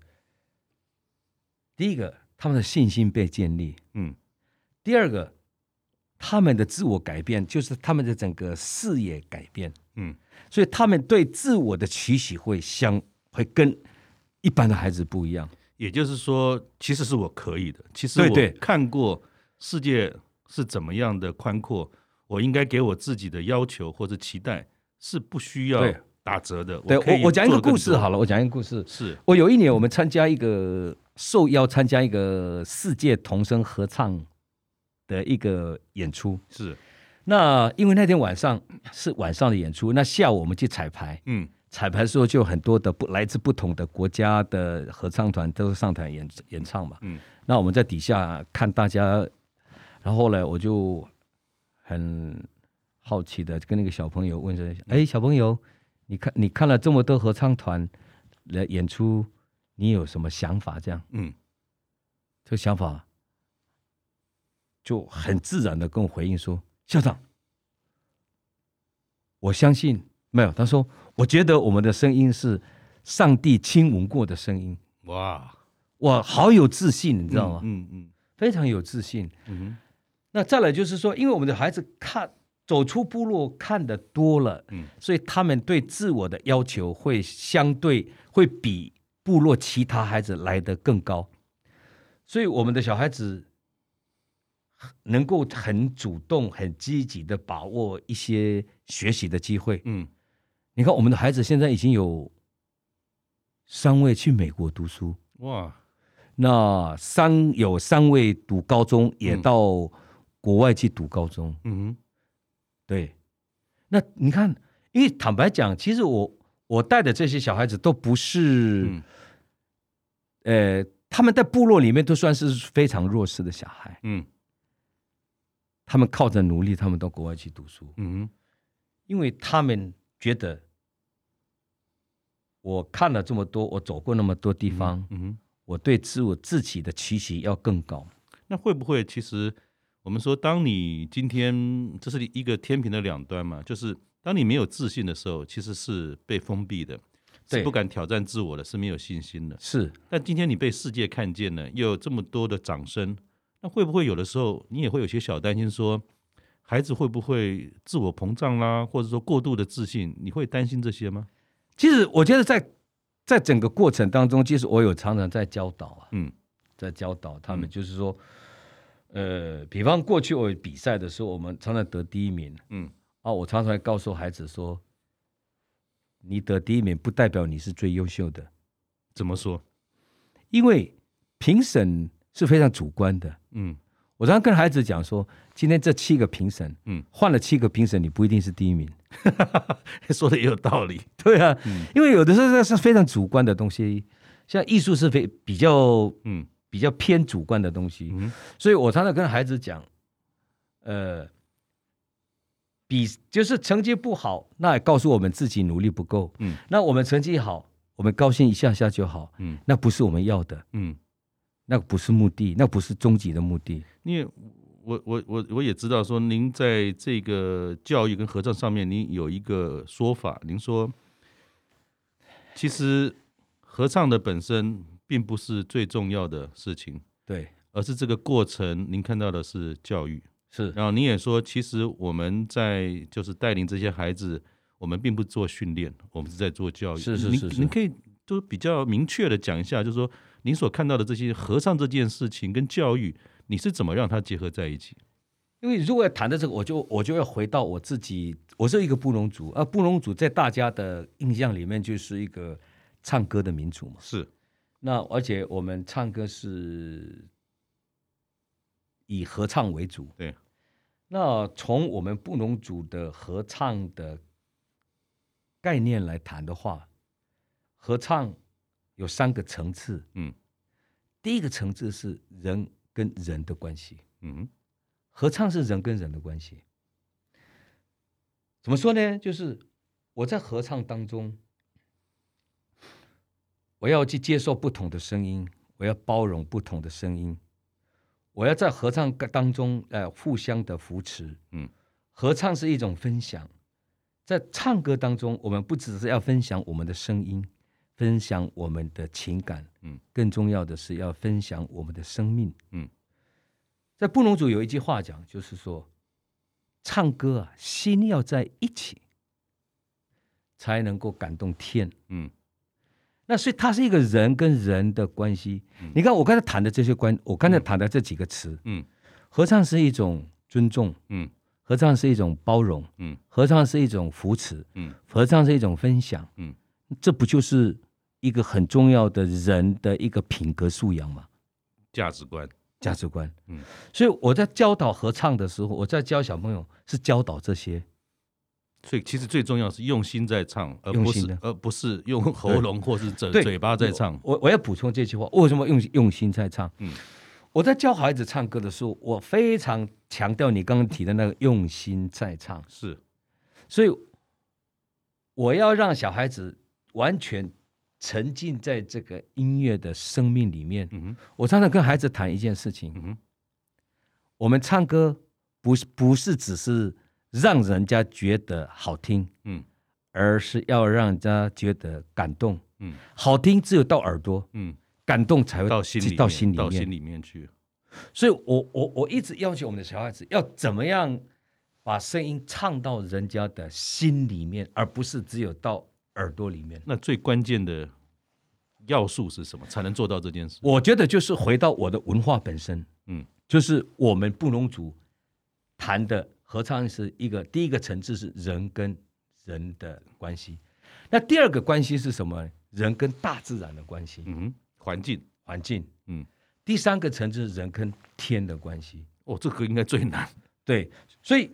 S3: 第一个，他们的信心被建立；
S2: 嗯
S3: 第二个，他们的自我改变，就是他们的整个视野改变。
S2: 嗯
S3: 所以他们对自我的期许会相会跟一般的孩子不一样。
S2: 也就是说，其实是我可以的。其实
S3: 对
S2: 我
S3: 对
S2: 看过世界是怎么样的宽阔，我应该给我自己的要求或者期待是不需要
S3: 对
S2: 打折的。
S3: 对
S2: 可以
S3: 我，我讲一个
S2: 做得
S3: 故
S2: 更
S3: 事
S2: 多
S3: 好，了，我讲一个故事。
S2: 是
S3: 我有一年我们参加一个受邀参加一个世界童声合唱的一个演出，
S2: 是，
S3: 那因为那天晚上是晚上的演出，那下午我们去彩排，
S2: 嗯
S3: 彩排的时候就有很多的不来自不同的国家的合唱团都上台演演唱嘛。
S2: 嗯
S3: 那我们在底下看大家，然后呢，我就很好奇的跟那个小朋友问说：“哎，小朋友，你看你看了这么多合唱团来演出，你有什么想法？”这样，
S2: 嗯
S3: 这个想法就很自然的跟我回应说：“校长，我相信没有。”他说：“我觉得我们的声音是上帝亲吻过的声音。”
S2: 哇，
S3: 我好有自信，你
S2: 你
S3: 知道吗？
S2: 嗯嗯
S3: 非常有自信。
S2: 嗯哼
S3: 那再来就是说，因为我们的孩子看走出部落看的多了，
S2: 嗯
S3: 所以他们对自我的要求会相对会比部落其他孩子来得更高，所以我们的小孩子能够很主动、很积极的把握一些学习的机会。
S2: 嗯，
S3: 你看，我们的孩子现在已经有三位去美国读书，
S2: 哇，
S3: 那三有三位读高中，也
S2: 嗯
S3: 到国外去读高中。
S2: 嗯哼
S3: 对，那你看，因为坦白讲，其实我我带的这些小孩子都不是
S2: 嗯，
S3: 呃，他们在部落里面都算是非常弱势的小孩，
S2: 嗯
S3: 他们靠着努力，他们到国外去读书，
S2: 嗯哼
S3: 因为他们觉得。我看了这么多，我走过那么多地方，
S2: 嗯哼。
S3: 我对自我自己的期许要更高。
S2: 那会不会其实我们说，当你今天这是一个天平的两端嘛，就是当你没有自信的时候，其实是被封闭的，是
S3: 对
S2: 不敢挑战自我的，是没有信心的。
S3: 是，
S2: 但今天你被世界看见了，又有这么多的掌声，那会不会有的时候你也会有些小担心说？孩子会不会自我膨胀啦，或者说过度的自信，你会担心这些吗？
S3: 其实我觉得在在整个过程当中，其实我有常常在教导啊，
S2: 嗯
S3: 在教导他们，
S2: 嗯
S3: 就是说，呃，比方过去我比赛的时候，我们常常得第一名
S2: 嗯
S3: 啊，我常常会告诉孩子说，你得第一名不代表你是最优秀的，
S2: 怎么说？
S3: 因为评审是非常主观的。
S2: 嗯 (laughs)
S3: 我常常跟孩子讲说，今天这七个评审，
S2: 嗯，
S3: 换了七个评审，你不一定是第一名。
S2: 说的也有道理。
S3: 对啊，
S2: 嗯
S3: 因为有的时候这是非常主观的东西，像艺术是非比较
S2: 嗯
S3: 比较偏主观的东西，
S2: 嗯
S3: 所以我常常跟孩子讲，呃，比就是成绩不好，那也告诉我们自己努力不够；
S2: 嗯
S3: 那我们成绩好，我们高兴一下下就好，
S2: 嗯
S3: 那不是我们要的，
S2: 嗯，
S3: 那不是目的，那不是终极的目的。
S2: 因为我我我我也知道说，您在这个教育跟合唱上面，您有一个说法，您说，其实合唱的本身并不是最重要的事情，
S3: 对，
S2: 而是这个过程，您看到的是教育。
S3: 是
S2: 然后你也说，其实我们在就是带领这些孩子，我们并不做训练，我们是在做教育。
S3: 是是是
S2: 您
S3: 是
S2: 您可以就比较明确的讲一下，就是说您所看到的这些合唱这件事情跟教育，你是怎么让它结合在一起？
S3: 因为如果要谈到这个，我就我就要回到我自己，我是一个布农族，而布农族在大家的印象里面就是一个唱歌的民族嘛。
S2: 是，
S3: 那而且我们唱歌是以合唱为主。
S2: 对。
S3: 那从我们布农族的合唱的概念来谈的话，合唱有三个层次。
S2: 嗯
S3: 第一个层次是人跟人的关系，
S2: 嗯
S3: 合唱是人跟人的关系。怎么说呢？就是我在合唱当中，我要去接受不同的声音，我要包容不同的声音，我要在合唱当中呃互相的扶持。
S2: 嗯，
S3: 合唱是一种分享，在唱歌当中，我们不只是要分享我们的声音，分享我们的情感，
S2: 嗯，
S3: 更重要的是要分享我们的生命。
S2: 嗯，
S3: 在布农族有一句话讲，就是说，唱歌啊，心要在一起，才能够感动天。
S2: 嗯
S3: 那所以它是一个人跟人的关系。你看我刚才谈的这些关，我刚才谈的这几个词，
S2: 嗯
S3: 合唱是一种尊重，
S2: 嗯
S3: 合唱是一种包容，
S2: 嗯
S3: 合唱是一种扶持，
S2: 嗯
S3: 合唱是一种分享。
S2: 嗯，
S3: 这不就是一个很重要的人的一个品格素养吗？
S2: 价值观。
S3: 价值观。
S2: 嗯，
S3: 所以我在教导合唱的时候，我在教小朋友是教导这些。
S2: 所以其实最重要是用心在唱，而
S3: 用
S2: 不
S3: 心
S2: 是
S3: 的
S2: 而不
S3: (laughs)
S2: 是用喉咙或是嘴
S3: 对
S2: 呃嘴巴在唱。
S3: 我我要补充这句话，为什么用用心在唱？
S2: 嗯
S3: 我在教孩子唱歌的时候，我非常强调你刚刚提的那个用心在唱，
S2: 是，
S3: 所以我要让小孩子完全沉浸在这个音乐的生命里面。
S2: 嗯哼
S3: 我常常跟孩子谈一件事情，
S2: 嗯哼
S3: 我们唱歌不是不是只是让人家觉得好听，
S2: 嗯
S3: 而是要让人家觉得感动。
S2: 嗯
S3: 好听只有到耳朵，
S2: 嗯，
S3: 感动才会
S2: 到心里面
S3: 呃到心里
S2: 到心
S3: 面。
S2: 里面去。
S3: 所以我我我一直要求我们的小孩子要怎么样把声音唱到人家的心里面，而不是只有到耳朵里面。
S2: 那最关键的要素是什么，才能做到这件事？
S3: 我觉得就是回到我的文化本身，
S2: 嗯
S3: 就是我们布农族谈的合唱是一个第一个层次是人跟人的关系，那第二个关系是什么呢？人跟大自然的关系，
S2: 嗯哼，环境，
S3: 环境。
S2: 嗯，
S3: 第三个层次是人跟天的关系。
S2: 哦，这个应该最难。
S3: 对，所以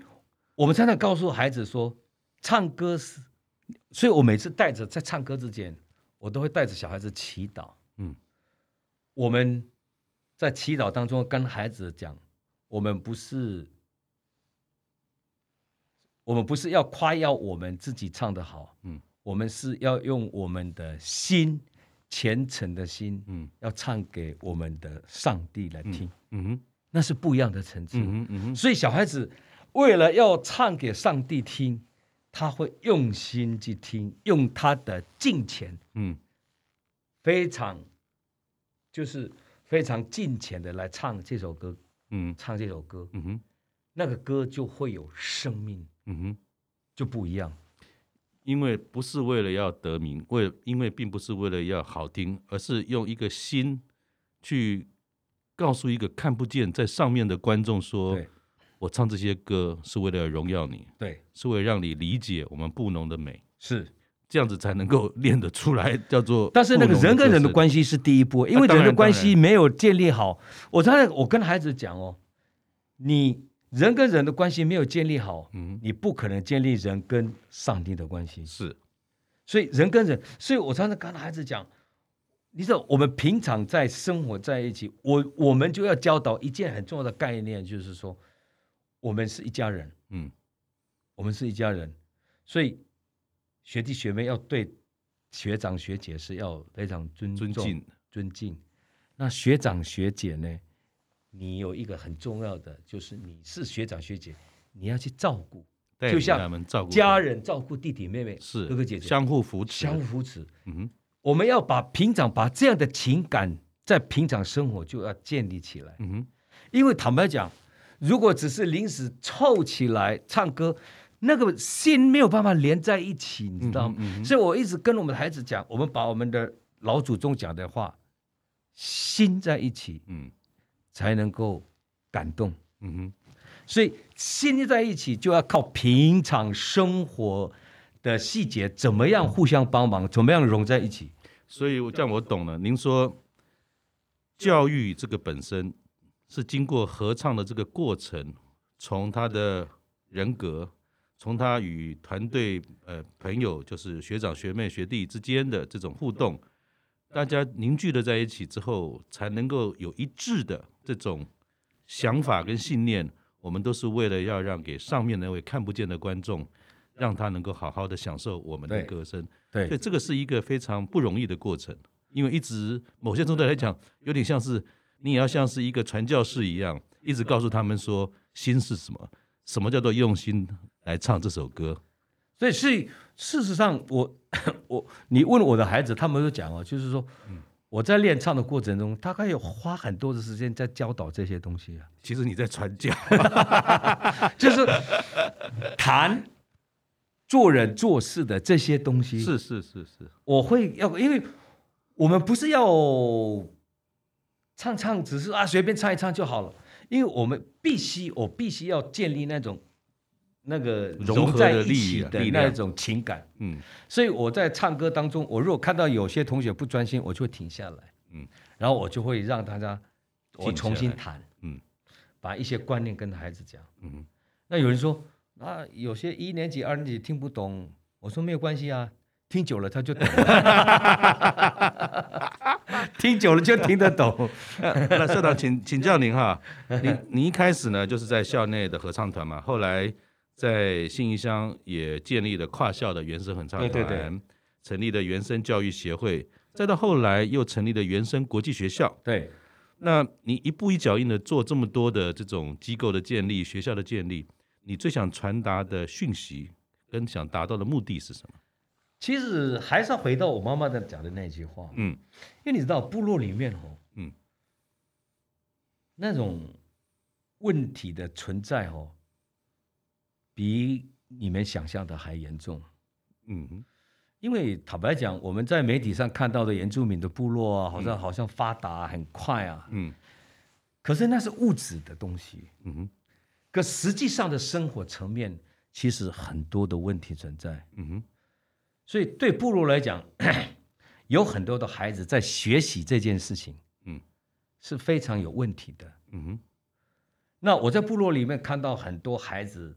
S3: 我们常常告诉孩子说，唱歌是，所以我每次带着在唱歌之前，我都会带着小孩子祈祷。
S2: 嗯，
S3: 我们在祈祷当中跟孩子讲，我们不是，我们不是要夸耀我们自己唱的好，
S2: 嗯，
S3: 我们是要用我们的心，虔诚的心，
S2: 嗯
S3: 要唱给我们的上帝来听，
S2: 嗯哼
S3: 那是不一样的层
S2: 嗯
S3: 次。
S2: 哼嗯哼
S3: 所以小孩子为了要唱给上帝听，他会用心去听，用他的敬虔，
S2: 嗯
S3: 非常就是非常敬虔的来唱这首歌，
S2: 嗯
S3: 唱这首歌。
S2: 嗯哼
S3: 那个歌就会有生命，
S2: 嗯哼，
S3: 就不一样。
S2: 因为不是为了要得名，为因为并不是为了要好听，而是用一个心去告诉一个看不见在上面的观众说
S3: 对，
S2: 我唱这些歌是为了荣耀你，
S3: 对，
S2: 是为了让你理解我们布农的美，
S3: 是。
S2: 这样子才能够练得出来，叫做。
S3: 但是那个人跟人的
S2: 系，
S3: 关系是第一步，因为
S2: 当然
S3: 人的关系没有建立好。我常常我跟孩子讲哦，你人跟人的关系没有建立好，
S2: 嗯，
S3: 你不可能建立人跟上帝的关系。
S2: 是，
S3: 所以人跟人，所以我常常跟孩子讲，你知道，我们平常在生活在一起，我我们就要教导一件很重要的概念，就是说，我们是一家人，
S2: 嗯
S3: 我们是一家人，所以学弟学妹要对学长学姐是要非常尊
S2: 尊
S3: 重、
S2: 敬，
S3: 尊敬。那学长学姐呢？你有一个很重要的，就是你是学长学姐，你要去照顾
S2: 带
S3: 就
S2: 领
S3: 像
S2: 他们照顾
S3: 家
S2: 他们
S3: 人，照顾弟弟妹妹、
S2: 是
S3: 哥哥姐姐，
S2: 相互扶持，
S3: 相互扶持。
S2: 嗯哼，
S3: 我们要把平常把这样的情感在平常生活就要建立起来，
S2: 嗯哼，
S3: 因为坦白讲，如果只是临时凑起来唱歌，那个心没有办法连在一起，你知道吗？
S2: 嗯哼嗯哼
S3: 所以我一直跟我们的孩子讲，我们把我们的老祖宗讲的话，心在一起
S2: 嗯
S3: 才能够感动。
S2: 嗯哼，
S3: 所以心在一起就要靠平常生活的细节，怎么样互相帮忙，怎么样融在一起。
S2: 所以我这样我懂了。您说，教育这个本身是经过合唱的这个过程，从他的人格，从他与团队呃朋友，就是学长学妹学弟之间的这种互动，大家凝聚的在一起之后，才能够有一致的这种想法跟信念。我们都是为了要让给上面那位看不见的观众，让他能够好好的享受我们的
S3: 对
S2: 歌声。
S3: 对
S2: 对，这个是一个非常不容易的过程，因为一直某些程度来讲，有点像是你也要像是一个传教士一样，一直告诉他们说心是什么，什么叫做用心来唱这首歌。
S3: 所以是事实上我， (coughs) 我你问我的孩子，他们都讲哦，就是说我在练唱的过程中，大概有花很多的时间在教导这些东西
S2: (laughs)
S3: 啊，
S2: 其实你在传教，
S3: 就是谈做人做事的这些东西。
S2: 是是是是，
S3: 我会要，因为我们不是要唱唱，只是啊随便唱一唱就好了，因为我们必须，我必须要建立那种那个
S2: 融合
S3: 在
S2: 的
S3: 一
S2: 力
S3: 起
S2: 量
S3: 的
S2: 力
S3: 那
S2: 量
S3: 种情感。
S2: 嗯
S3: 所以我在唱歌当中，我如果看到有些同学不专心，我就会停下来，
S2: 嗯
S3: 然后我就会让大家我
S2: 静下
S3: 重新
S2: 来
S3: 谈，
S2: 嗯
S3: 把一些观念跟孩子讲。
S2: 嗯
S3: 那有人说，啊，有些一年级、二年级听不懂，我说没有关系啊，听久了他
S2: (laughs)
S3: 就懂了，听久了就听得懂。
S2: 呃那社长，请请教您哈，您您一开始呢就是在校内的合唱团嘛，后来在信义乡也建立了跨校的原声合唱团，
S3: 对对对
S2: 成立了原声教育协会，再到后来又成立了原声国际学校。
S3: 对，
S2: 那你一步一脚印的做这么多的这种机构的建立、学校的建立，你最想传达的讯息跟想达到的目的是什么？
S3: 其实还是要回到我妈妈的讲的那句话，
S2: 嗯
S3: 因为你知道部落里面哦，
S2: 嗯，
S3: 那种问题的存在哦，比你们想象的还严重。
S2: 嗯哼
S3: 因为坦白讲，我们在媒体上看到的原住民的部落啊，好像、好像发达啊很快啊，
S2: 嗯
S3: 可是那是物质的东西，
S2: 嗯哼
S3: 可实际上的生活层面其实很多的问题存在。
S2: 嗯哼
S3: 所以对部落来讲， (coughs) 有很多的孩子在学习这件事情
S2: 嗯
S3: 是非常有问题的。
S2: 嗯哼
S3: 那我在部落里面看到很多孩子，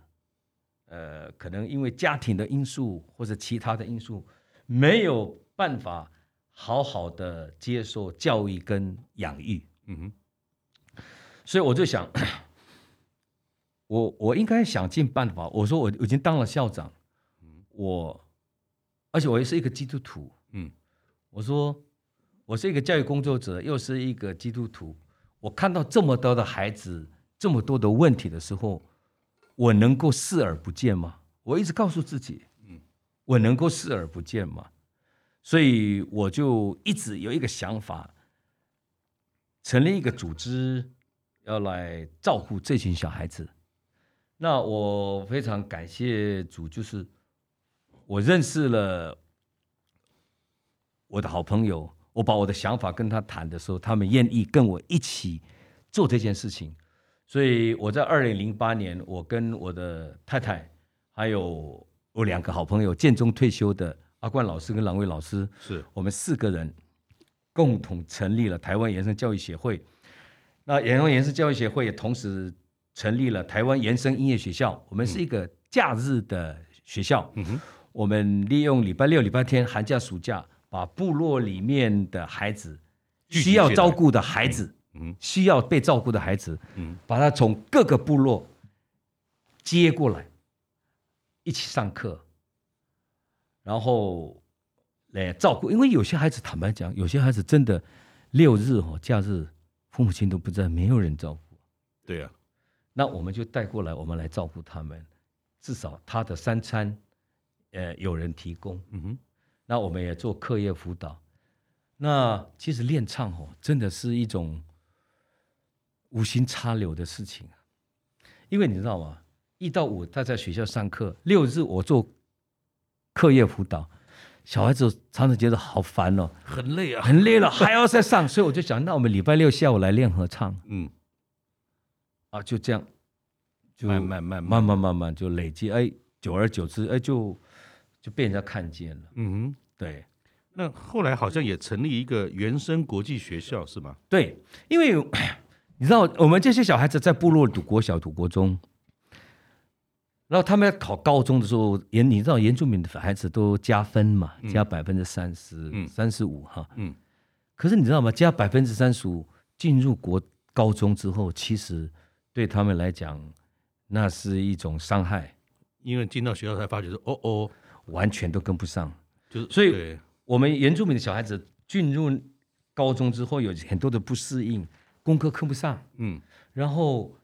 S3: 呃，可能因为家庭的因素或者其他的因素，没有办法好好的接受教育跟养育，
S2: 嗯哼
S3: 所以我就想， (clears throat) 我我应该想尽办法。我说我已经当了校长，我而且我也是一个基督徒，
S2: 嗯
S3: 我说我是一个教育工作者，又是一个基督徒，我看到这么多的孩子，这么多的问题的时候，我能够视而不见吗？我一直告诉自己，
S2: 嗯
S3: 我能够视而不见吗？所以我就一直有一个想法，成立一个组织，要来照顾这群小孩子。那我非常感谢主，就是我认识了我的好朋友，我把我的想法跟他谈的时候，他们愿意跟我一起做这件事情。所以我在二零零八年，我跟我的太太，还有我两个好朋友，建中退休的阿冠老师跟郎威老师，
S2: 是
S3: 我们四个人共同成立了台湾延伸教育协会。那台湾延伸教育协会也同时成立了台湾延伸音乐学校。我们是一个假日的学校，
S2: 嗯
S3: 我们利用礼拜六、礼拜天、寒假、暑假，把部落里面的孩子
S2: 聚集
S3: 需要
S2: 起来
S3: 照顾的孩子，
S2: 嗯
S3: 需要被照顾的孩子，
S2: 嗯
S3: 把他从各个部落接过来，一起上课，然后来照顾。因为有些孩子，坦白讲，有些孩子真的六日哦，假日父母亲都不在，没有人照顾。
S2: 对啊，
S3: 那我们就带过来，我们来照顾他们，至少他的三餐，呃，有人提供。
S2: 嗯哼，
S3: 那我们也做课业辅导。那其实练唱哦，真的是一种无心插柳的事情啊，因为你知道吗？一到五他在学校上课，六日我做课业辅导，小孩子常常觉得好烦哦，
S2: 很累啊，
S3: 很累了还要再上，所以我就想，那我们礼拜六下午来练合唱
S2: 嗯，
S3: 啊，就这样，就
S2: 慢慢慢慢，
S3: 慢慢慢慢就累积，哎，久而久之，哎，就就被人家看见了，
S2: 嗯哼。
S3: 对。
S2: 那后来好像也成立一个原生国际学校是吗？
S3: 对，因为你知道，我们这些小孩子在部落读国小、读国中，然后他们要考高中的时候，原你知道原住民的孩子都加分嘛，加百分之三十、
S2: 嗯
S3: 三十五哈。
S2: 嗯。
S3: 可是你知道吗？加百分之三十五进入国高中之后，其实对他们来讲，那是一种伤害，
S2: 因为进到学校才发觉说，哦哦，
S3: 完全都跟不上。
S2: 就是
S3: 所以
S2: 对
S3: 我们原住民的小孩子进入高中之后，有很多的不适应，功课跟不上。
S2: 嗯
S3: 然后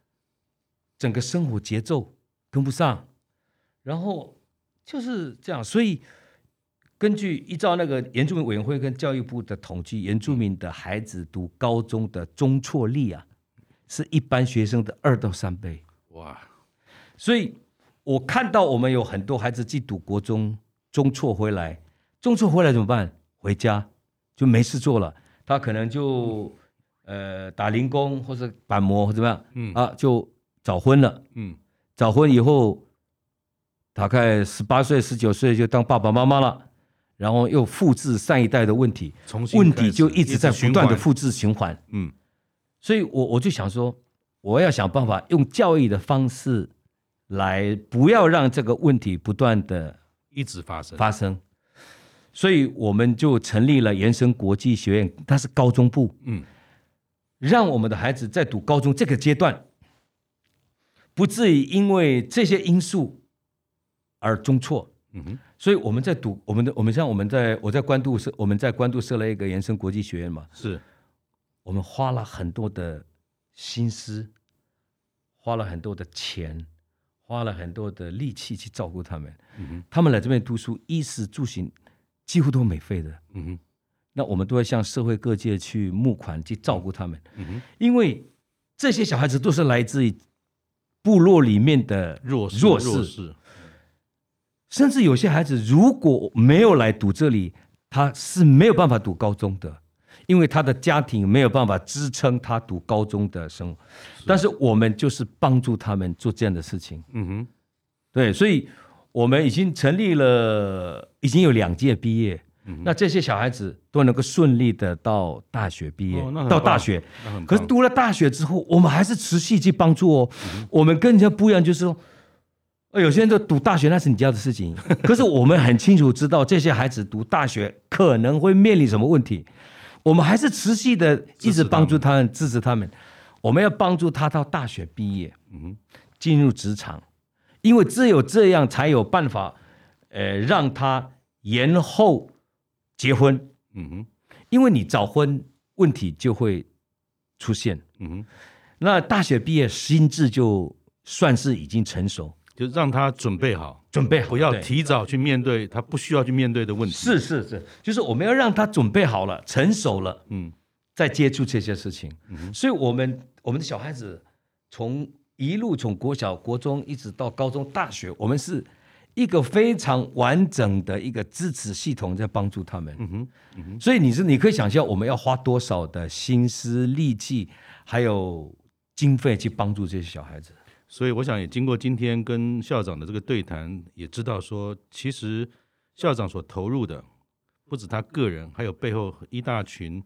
S3: 整个生活节奏跟不上，然后就是这样。所以根据依照那个原住民委员会跟教育部的统计，原住民的孩子读高中的中辍率啊，是一般学生的二到三倍。
S2: 哇，
S3: 所以我看到我们有很多孩子既读国中，中辍回来，中辍回来怎么办？回家就没事做了，他可能就呃打零工或者板模或怎么样，
S2: 嗯
S3: 啊就早婚了，
S2: 嗯
S3: 早婚以后大概十八岁、十九岁就当爸爸妈妈了，然后又复制上一代的问题，
S2: 重新
S3: 问
S2: 开
S3: 题
S2: 始
S3: 就一直在不
S2: 循
S3: 断的
S2: 环
S3: 复制循环。
S2: 嗯
S3: 所以我我就想说，我要想办法用教育的方式来，不要让这个问题不断的
S2: 一直发生，
S3: 发生。所以我们就成立了延伸国际学院，它是高中部，
S2: 嗯
S3: 让我们的孩子在读高中这个阶段，不至于因为这些因素而中辍。
S2: 嗯哼
S3: 所以我们在读我们的我们像我们在我在关渡设我们在关渡设了一个延伸国际学院嘛，
S2: 是
S3: 我们花了很多的心思，花了很多的钱，花了很多的力气去照顾他们。
S2: 嗯哼
S3: 他们来这边读书，衣食住行几乎都免费的。
S2: 嗯哼
S3: 那我们都要向社会各界去募款去照顾他们，
S2: 嗯哼
S3: 因为这些小孩子都是来自于部落里面的
S2: 弱势
S3: 弱
S2: 势
S3: 势，甚至有些孩子如果没有来读这里，他是没有办法读高中的，因为他的家庭没有办法支撑他读高中的生活。但是我们就是帮助他们做这样的事情，
S2: 嗯哼
S3: 对，所以我们已经成立了，已经有两届毕业。
S2: 嗯
S3: 那这些小孩子都能够顺利的到大学毕业，
S2: 哦那很
S3: 到大
S2: 棒
S3: 学，
S2: 那很
S3: 可是
S2: 棒嗯
S3: 读了大学之后，我们还是持续去帮助哦。我们跟人家不一样，就是说，呃有些人都读大学那是你家的
S2: (laughs)
S3: 事情，可是我们很清楚知道这些孩子读大学可能会面临什么问题，我们还是持续的一直帮助他们，支持他们。我们要帮助他到大学毕业，
S2: 嗯哼
S3: 进入职场，因为只有这样才有办法，呃，让他延后结婚，
S2: 嗯哼
S3: 因为你早婚问题就会出现。
S2: 嗯哼，
S3: 那大学毕业，心智就算是已经成熟，
S2: 就让他准备好，
S3: 准备好，
S2: 不要
S3: 对。
S2: 提早去面对他不需要去面对的问题。
S3: 是是是，就是我们要让他准备好了，成熟了，
S2: 嗯
S3: 再接触这些事情。所以，我们我们的小孩子从一路从国小、国中一直到高中、大学，我们是一个非常完整的一个支持系统在帮助他们。
S2: 嗯哼，嗯哼，
S3: 所以你是你可以想象，我们要花多少的心思、力气，还有经费去帮助这些小孩子。
S2: 所以我想也经过今天跟校长的这个对谈，也知道说，其实校长所投入的不止他个人，还有背后一大群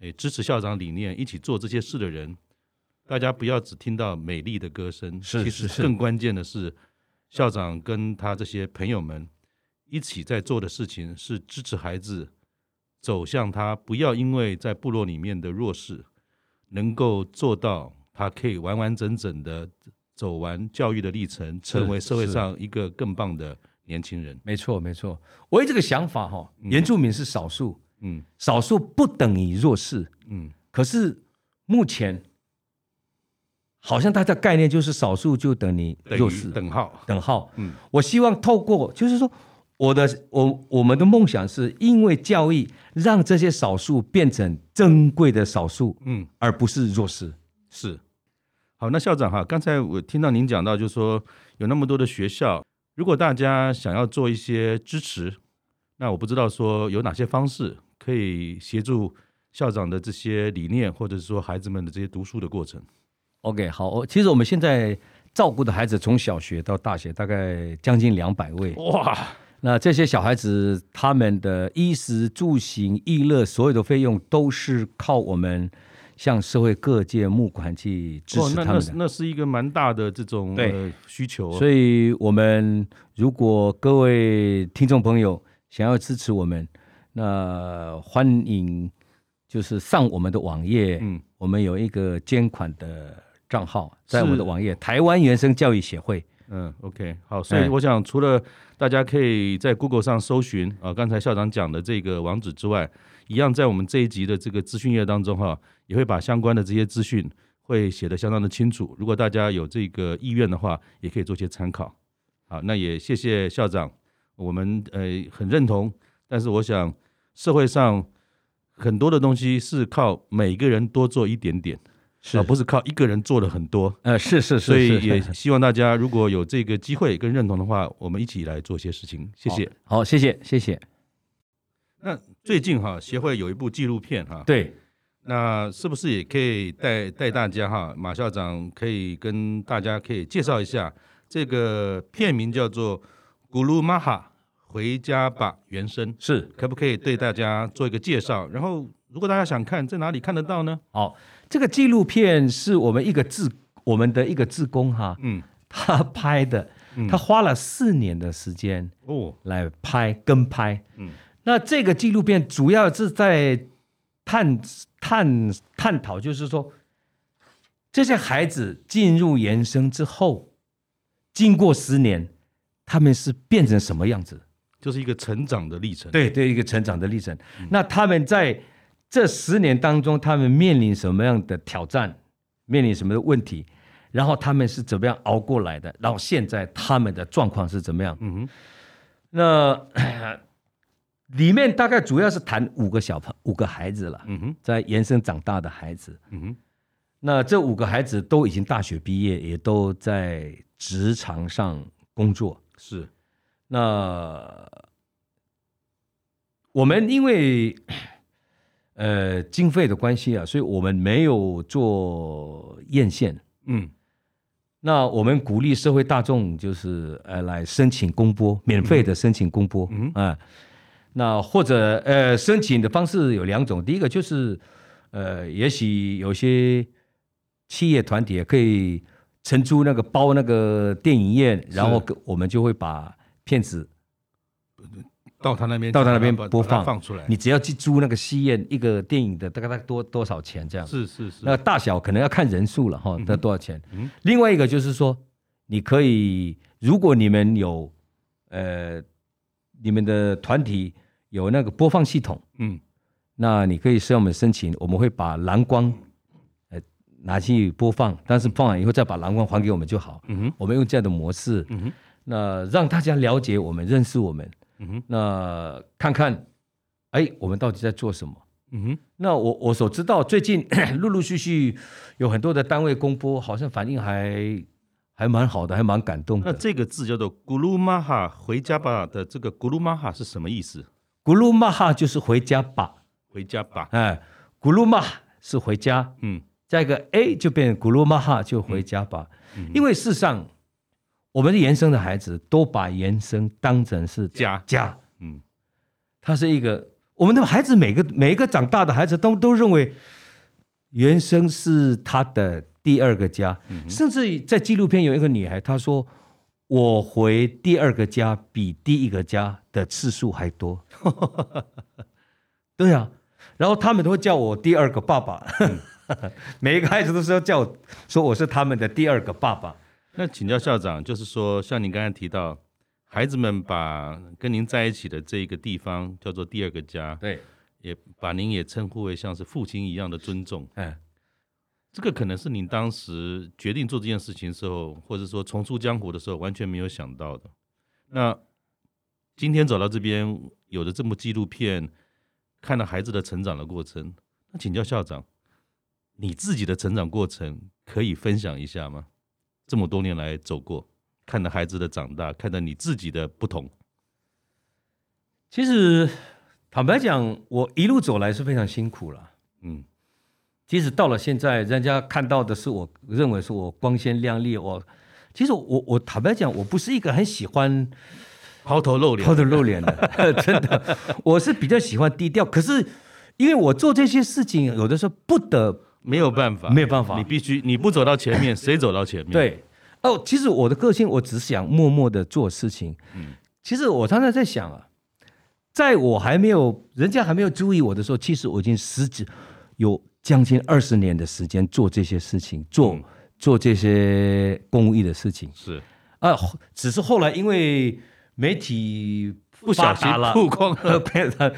S2: 诶支持校长理念、一起做这些事的人。大家不要只听到美丽的歌声，
S3: 是
S2: 其
S3: 是
S2: 实
S3: 是
S2: 更关键的是，校长跟他这些朋友们一起在做的事情是支持孩子走向他不要因为在部落里面的弱势，能够做到他可以完完整整的走完教育的历程，成为社会
S3: 是
S2: 上一个更棒的年轻人。
S3: 没错，没错。我有这个想法哈、原住民是少数，
S2: 嗯
S3: 少数不等于弱势。
S2: 嗯，
S3: 可是目前好像大家概念就是少数就等于
S2: 等
S3: 弱
S2: 于
S3: 势
S2: 等号。
S3: 等号。
S2: 嗯，
S3: 我希望透过就是说，我的我我们的梦想是因为教育让这些少数变成珍贵的少数，
S2: 嗯，
S3: 而不是弱势。
S2: 是。好，那校长哈，刚才我听到您讲到，就是说有那么多的学校，如果大家想要做一些支持，那我不知道说有哪些方式可以协助校长的这些理念，或者是说孩子们的这些读书的过程。
S3: OK，好，我其实我们现在照顾的孩子从小学到大学大概将近两百位。
S2: 哇，
S3: 那这些小孩子他们的衣食住行、娱乐所有的费用都是靠我们向社会各界募款去支
S2: 哦
S3: 持
S2: 那
S3: 他
S2: 那
S3: 们
S2: 是
S3: 的。
S2: 那是一个蛮大的这种
S3: 对
S2: 呃、需求啊，
S3: 所以，我们如果各位听众朋友想要支持我们，那欢迎就是上我们的网页，
S2: 嗯，
S3: 我们有一个捐款的账号，在
S2: 是
S3: 我们的网页台湾原生教育协会。
S2: 嗯，OK，好，所以
S3: 哎
S2: 我想，除了大家可以在 Google 上搜寻啊，刚才校长讲的这个网址之外，一样在我们这一集的这个资讯页当中哈，也会把相关的这些资讯会写得相当的清楚。如果大家有这个意愿的话，也可以做些参考。好，那也谢谢校长，我们呃很认同，但是我想社会上很多的东西是靠每个人多做一点点，
S3: 是
S2: 啊，不是靠一个人做了很多。
S3: 呃，是是是，
S2: 所以
S3: 是
S2: 也
S3: 是
S2: 希望大家如果有这个机会跟认同的话，我们一起来做些事情。谢谢。
S3: 好，谢谢谢谢。
S2: 那最近哈，协会有一部纪录片哈，
S3: 对，
S2: 那是不是也可以带带大家哈？马校长可以跟大家可以介绍一下，这个片名叫做《古鲁玛哈回家吧原声》，
S3: 是
S2: 可不可以对大家做一个介绍？然后，如果大家想看，在哪里看得到呢？
S3: 好，这个纪录片是我们一个志，我们的一个志工哈，
S2: 嗯，
S3: 他拍的，他花了四年的时间
S2: 哦，
S3: 来拍跟拍。
S2: 嗯，
S3: 那这个纪录片主要是在探探探讨，就是说这些孩子进入原生之后，经过十年，他们是变成什么样子？
S2: 就是一个成长的历程。，
S3: 对对，一个成长的历程。
S2: 嗯
S3: 那他们在这十年当中，他们面临什么样的挑战，面临什么的问题，然后他们是怎么样熬过来的，然后现在他们的状况是怎么样？
S2: 嗯哼，
S3: 那 (clears throat) 里面大概主要是谈五个小朋五个孩子了，
S2: 嗯哼，
S3: 在延伸长大的孩子。
S2: 嗯哼，
S3: 那这五个孩子都已经大学毕业，也都在职场上工作。
S2: 是，
S3: 那我们因为呃经费的关系啊，所以我们没有做艳羡。
S2: 嗯
S3: 那我们鼓励社会大众就是呃来申请公播，免费的申请公播啊、
S2: 嗯
S3: 那或者呃申请的方式有两种，第一个就是呃也许有些企业团体也可以承租那个包那个电影院，然后跟我们就会把片子
S2: 到他那边去，
S3: 到他那边
S2: 把它
S3: 播
S2: 把它
S3: 放
S2: 放出来。
S3: 你只要去租那个戏院一个电影的大概大概多多少钱这样？
S2: 是是是，
S3: 那大小可能要看人数了哈，那多少钱？
S2: 嗯
S3: 另外一个就是说，你可以如果你们有呃你们的团体有那个播放系统，
S2: 嗯
S3: 那你可以向我们申请，我们会把蓝光呃拿去播放，但是放完以后再把蓝光还给我们就好。
S2: 嗯哼
S3: 我们用这样的模式，
S2: 嗯哼
S3: 那让大家了解我们、认识我们，
S2: 嗯哼
S3: 那看看，哎，我们到底在做什么？
S2: 嗯哼，
S3: 那我我所知道，最近 (clears throat) 陆陆续续有很多的单位公布，好像反应还还蛮好的，还蛮感动
S2: 那
S3: 的。
S2: 这个字叫做“咕噜玛哈”，回家吧的这个“咕噜玛哈”是什么意思？
S3: 古鲁玛哈就是回家吧，
S2: 回家吧，
S3: 哎，古鲁玛是回家，
S2: 嗯
S3: 加一个 A 就变古鲁玛哈就回家吧。因为事实上，我们的原生的孩子都把原生当成是
S2: 家
S3: 家，
S2: 嗯，
S3: 它是一个我们的孩子每个每一个长大的孩子都都认为原生是他的第二个家，甚至于在纪录片有一个女孩她说。我回第二个家比第一个家的次数还多，对啊，然后他们都会叫我第二个爸爸， (laughs) 每一个孩子都是要叫我说我是他们的第二个爸爸。
S2: 那请教校长，就是说，像您刚才提到，孩子们把跟您在一起的这个地方叫做第二个家，
S3: 对，
S2: 也把您也称呼为像是父亲一样的尊重。
S3: 嗯，
S2: 这个可能是您当时决定做这件事情的时候，或者说重出江湖的时候，完全没有想到的。那今天走到这边，有了这部纪录片，看到孩子的成长的过程，那请教校长，你自己的成长过程可以分享一下吗？这么多年来走过，看到孩子的长大，看到你自己的不同，
S3: 其实坦白讲，我一路走来是非常辛苦了。
S2: 嗯
S3: 即使到了现在，人家看到的是我认为是我光鲜亮丽，我其实我我坦白讲，我不是一个很喜欢
S2: 抛头露脸
S3: 抛，头露脸的， (laughs) 真的，我是比较喜欢低调。可是因为我做这些事情，有的时候不得
S2: 没有办法，
S3: 没有办法
S2: 你必须你不走到前面，谁走到前面？，
S3: 对，哦，其实我的个性，我只想默默的做事情。
S2: 嗯
S3: 其实我常常在想啊，在我还没有人家还没有注意我的时候，其实我已经十几有将近二十年的时间做这些事情，做、
S2: 嗯
S3: 做这些公益的事情
S2: 是
S3: 啊。后只是后来因为媒体
S2: 不小
S3: 发达
S2: 心
S3: 了，
S2: 曝光了。
S3: (laughs) 变成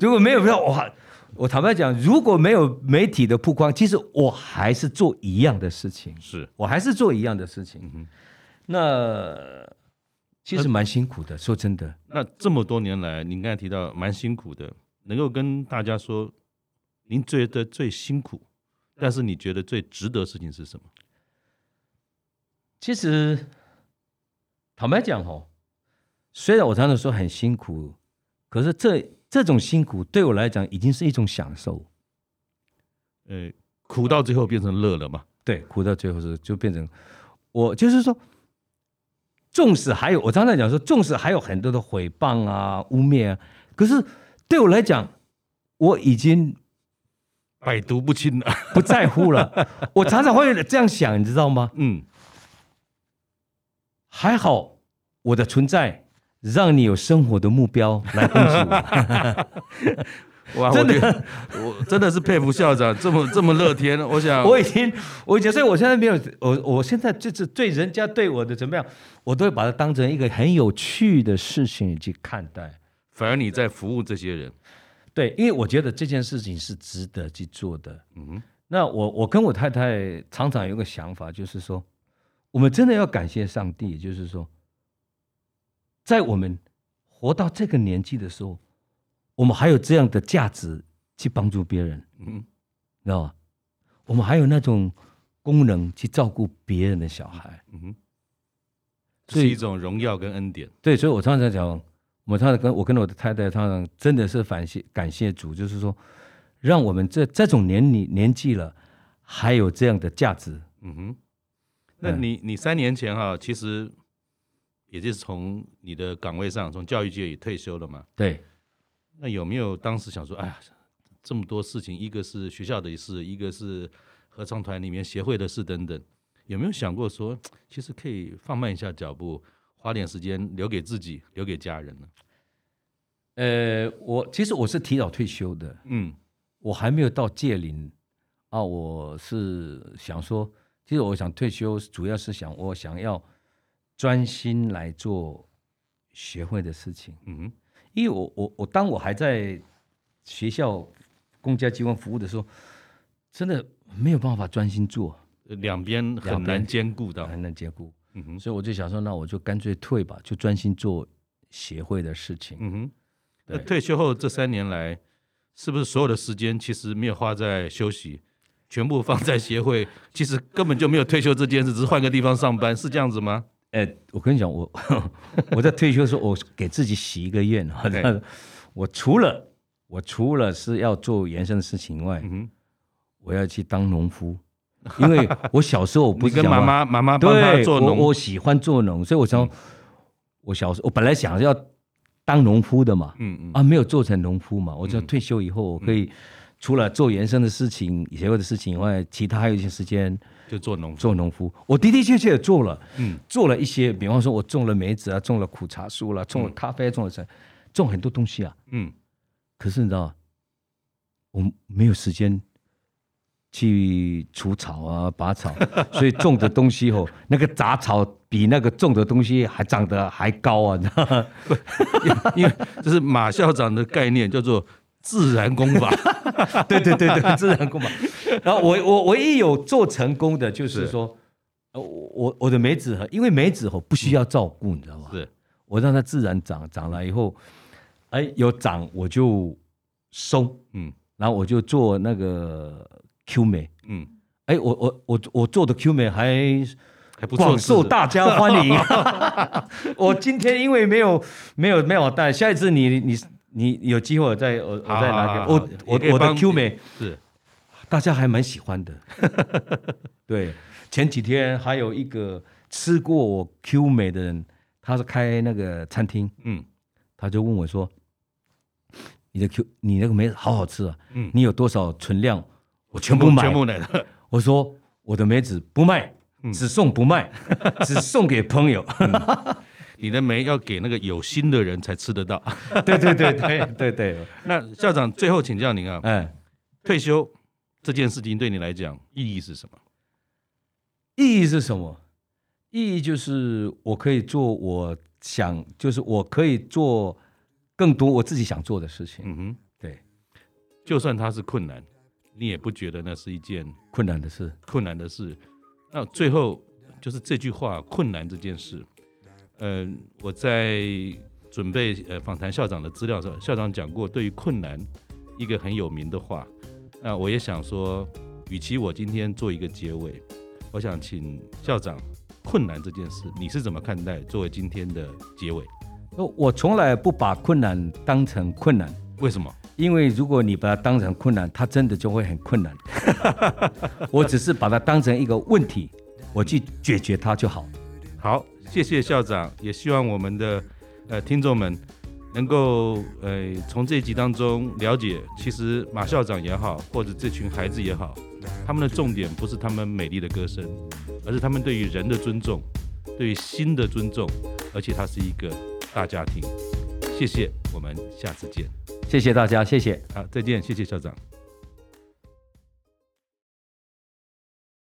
S3: 如果没有票，哇！我坦白讲，如果没有媒体的曝光，其实我还是做一样的事情。
S2: 是，
S3: 我还是做一样的事情。
S2: 哼
S3: 嗯那其实蛮辛苦的，说真的，
S2: 那这么多年来，您刚才提到蛮辛苦的，能够跟大家说，您觉得最辛苦，但是你觉得最值得的事情是什么？
S3: 其实坦白讲哦，虽然我常常说很辛苦，可是这这种辛苦对我来讲已经是一种享受。
S2: 呃，苦到最后变成乐了嘛？
S3: 对，苦到最后是就变成我就是说，纵使还有我常常讲说，纵使还有很多的诽谤啊、污蔑啊，可是对我来讲，我已经
S2: 百毒不侵啊了。
S3: 不在乎 (laughs) 了。我常常会这样想，你知道吗？
S2: 嗯，
S3: 还好我的存在让你有生活的目标来攻击我。
S2: (laughs) 哇，
S3: 真的
S2: 我觉得，我真的是佩服校长这么这么乐 (laughs) 天。我想，
S3: 我已经，我已经，所以我现在没有，我我现在就是对人家对我的怎么样，我都会把它当成一个很有趣的事情去看待。
S2: 反而你在服务这些人。
S3: 对，因为我觉得这件事情是值得去做的。
S2: 嗯哼，
S3: 那我我跟我太太常常有个想法，就是说，我们真的要感谢上帝，就是说，在我们活到这个年纪的时候，我们还有这样的价值去帮助别人，
S2: 嗯哼，
S3: 你知道吗？我们还有那种功能去照顾别人的小孩。
S2: 嗯哼，这
S3: 所以
S2: 是一种荣耀跟恩典。
S3: 对，所以我常常讲，我常常跟我跟我的太太常常真的是感谢感谢主，就是说，让我们这这种年龄年纪了，还有这样的价值。
S2: 嗯哼，那
S3: 嗯
S2: 你你三年前哈、其实也就是从你的岗位上，从教育界也退休了嘛。
S3: 对。
S2: 那有没有当时想说，哎呀，这么多事情，一个是学校的事，一个是合唱团里面协会的事等等，有没有想过说，其实可以放慢一下脚步，花点时间留给自己，留给家人呢？
S3: 呃，我其实我是提早退休的，
S2: 嗯
S3: 我还没有到届龄啊。我是想说，其实我想退休，主要是想我想要专心来做学会的事情，
S2: 嗯哼
S3: 因为我我我当我还在学校公家机关服务的时候，真的没有办法专心做，
S2: 呃两边很
S3: 两
S2: 难
S3: 边
S2: 兼顾到。
S3: 很难兼顾，
S2: 嗯哼，
S3: 所以我就想说，那我就干脆退吧，就专心做协会的事情。
S2: 嗯哼，那
S3: 对
S2: 退休后这三年来，是不是所有的时间其实没有花在休息，全部放在协会， (laughs) 其实根本就没有退休这件事，只是换个地方上班，是这样子吗？
S3: 哎、我跟你讲，我 (laughs) 我在退休的时候，我给自己许一个愿啊
S2: 对，
S3: (laughs) 我除了我除了是要做原生的事情以外，
S2: 嗯
S3: 我要去当农夫，因为我小时候我
S2: 哼，
S3: 不
S2: (laughs) 你
S3: 是
S2: 跟
S3: 讲
S2: 妈妈
S3: 吗
S2: 妈妈帮他
S3: 对，
S2: 做农嗯
S3: 我我喜欢做农，所以我想，我小时候我本来想要当农夫的嘛，
S2: 嗯嗯
S3: 啊，没有做成农夫嘛。我知道
S2: 嗯
S3: 退休以后，我可以除了做原生的事情、协会的事情以外，其他还有一些时间
S2: 就做农夫，
S3: 做农夫。我的的确确也做了，
S2: 嗯
S3: 做了一些，比方说我种了梅子啊，种了苦茶树啦、种了咖啡，种了什，种很多东西啊。
S2: 嗯 (laughs)
S3: 可是你知道吗，我没有时间去除草啊、拔 (laughs) 草，所以种的东西哦，那个杂草比那个种的东西还长得还高啊，你知道吗？
S2: 因为这是马校长的概念，叫做自然功法。
S3: (laughs) 对对对对，自然功嘛。然后我我唯一有做成功的就是
S2: 是
S3: 说，呃我我我的梅子和因为梅子和不需要照顾，你知道吗？
S2: 是，
S3: 我让它自然长，长了以后，哎，有长我就收，
S2: 嗯
S3: 然后我就做那个 Q 梅。
S2: 嗯，
S3: 哎，我我我我做的 Q 美还
S2: 还不错，
S3: 广
S2: 是
S3: 受
S2: 不是
S3: 大家欢迎。 (laughs) 我今天因为没有没有没有带，下一次你你你有机会我再我我再拿给
S2: 好好好
S3: 我
S2: 也可以
S3: 我我的
S2: 帮
S3: Q 美，
S2: 是
S3: 大家还蛮喜欢的。 (laughs) 对，前几天还有一个吃过我 Q 美的人，他是开那个餐厅，
S2: 嗯
S3: 他就问我说：“你的 Q 你那个梅子好好吃啊，
S2: 嗯
S3: 你有多少存量？我全部嗯买。
S2: 全部来了， (laughs)
S3: 我说我的梅子不卖，只送不 (laughs) 卖，只送给朋友。
S2: 你的煤要给那个有心的人才吃得到。
S3: (laughs)
S2: (laughs)
S3: 对对对对对对，
S2: 那校长最后请教您啊，
S3: (laughs) 哎，
S2: 退休这件事情对你来讲意义是什么？
S3: 意义是什么？意义就是我可以做我想，就是我可以做更多我自己想做的事情。
S2: 嗯哼，
S3: 对，
S2: 就算它是困难，你也不觉得那是一件
S3: 困难的事，
S2: 困难的事。那最后就是这句话，困难这件事。呃，我在准备呃访谈校长的资料的时候，校长讲过对于困难一个很有名的话。那我也想说，与其我今天做一个结尾，我想请校长，困难这件事你是怎么看待？作为今天的结尾，
S3: 我从来不把困难当成困难。
S2: 为什么？
S3: 因为如果你把它当成困难，它真的就会很困难。 (laughs) 我只是把它当成一个问题，我去解决它就好。
S2: 好，谢谢校长，也希望我们的呃听众们能够呃从这一集当中了解，其实马校长也好，或者这群孩子也好，他们的重点不是他们美丽的歌声，而是他们对于人的尊重，对于心的尊重，而且它是一个大家庭。谢谢，我们下次见。
S3: 谢谢大家，谢谢。
S2: 好，再见，谢谢校长。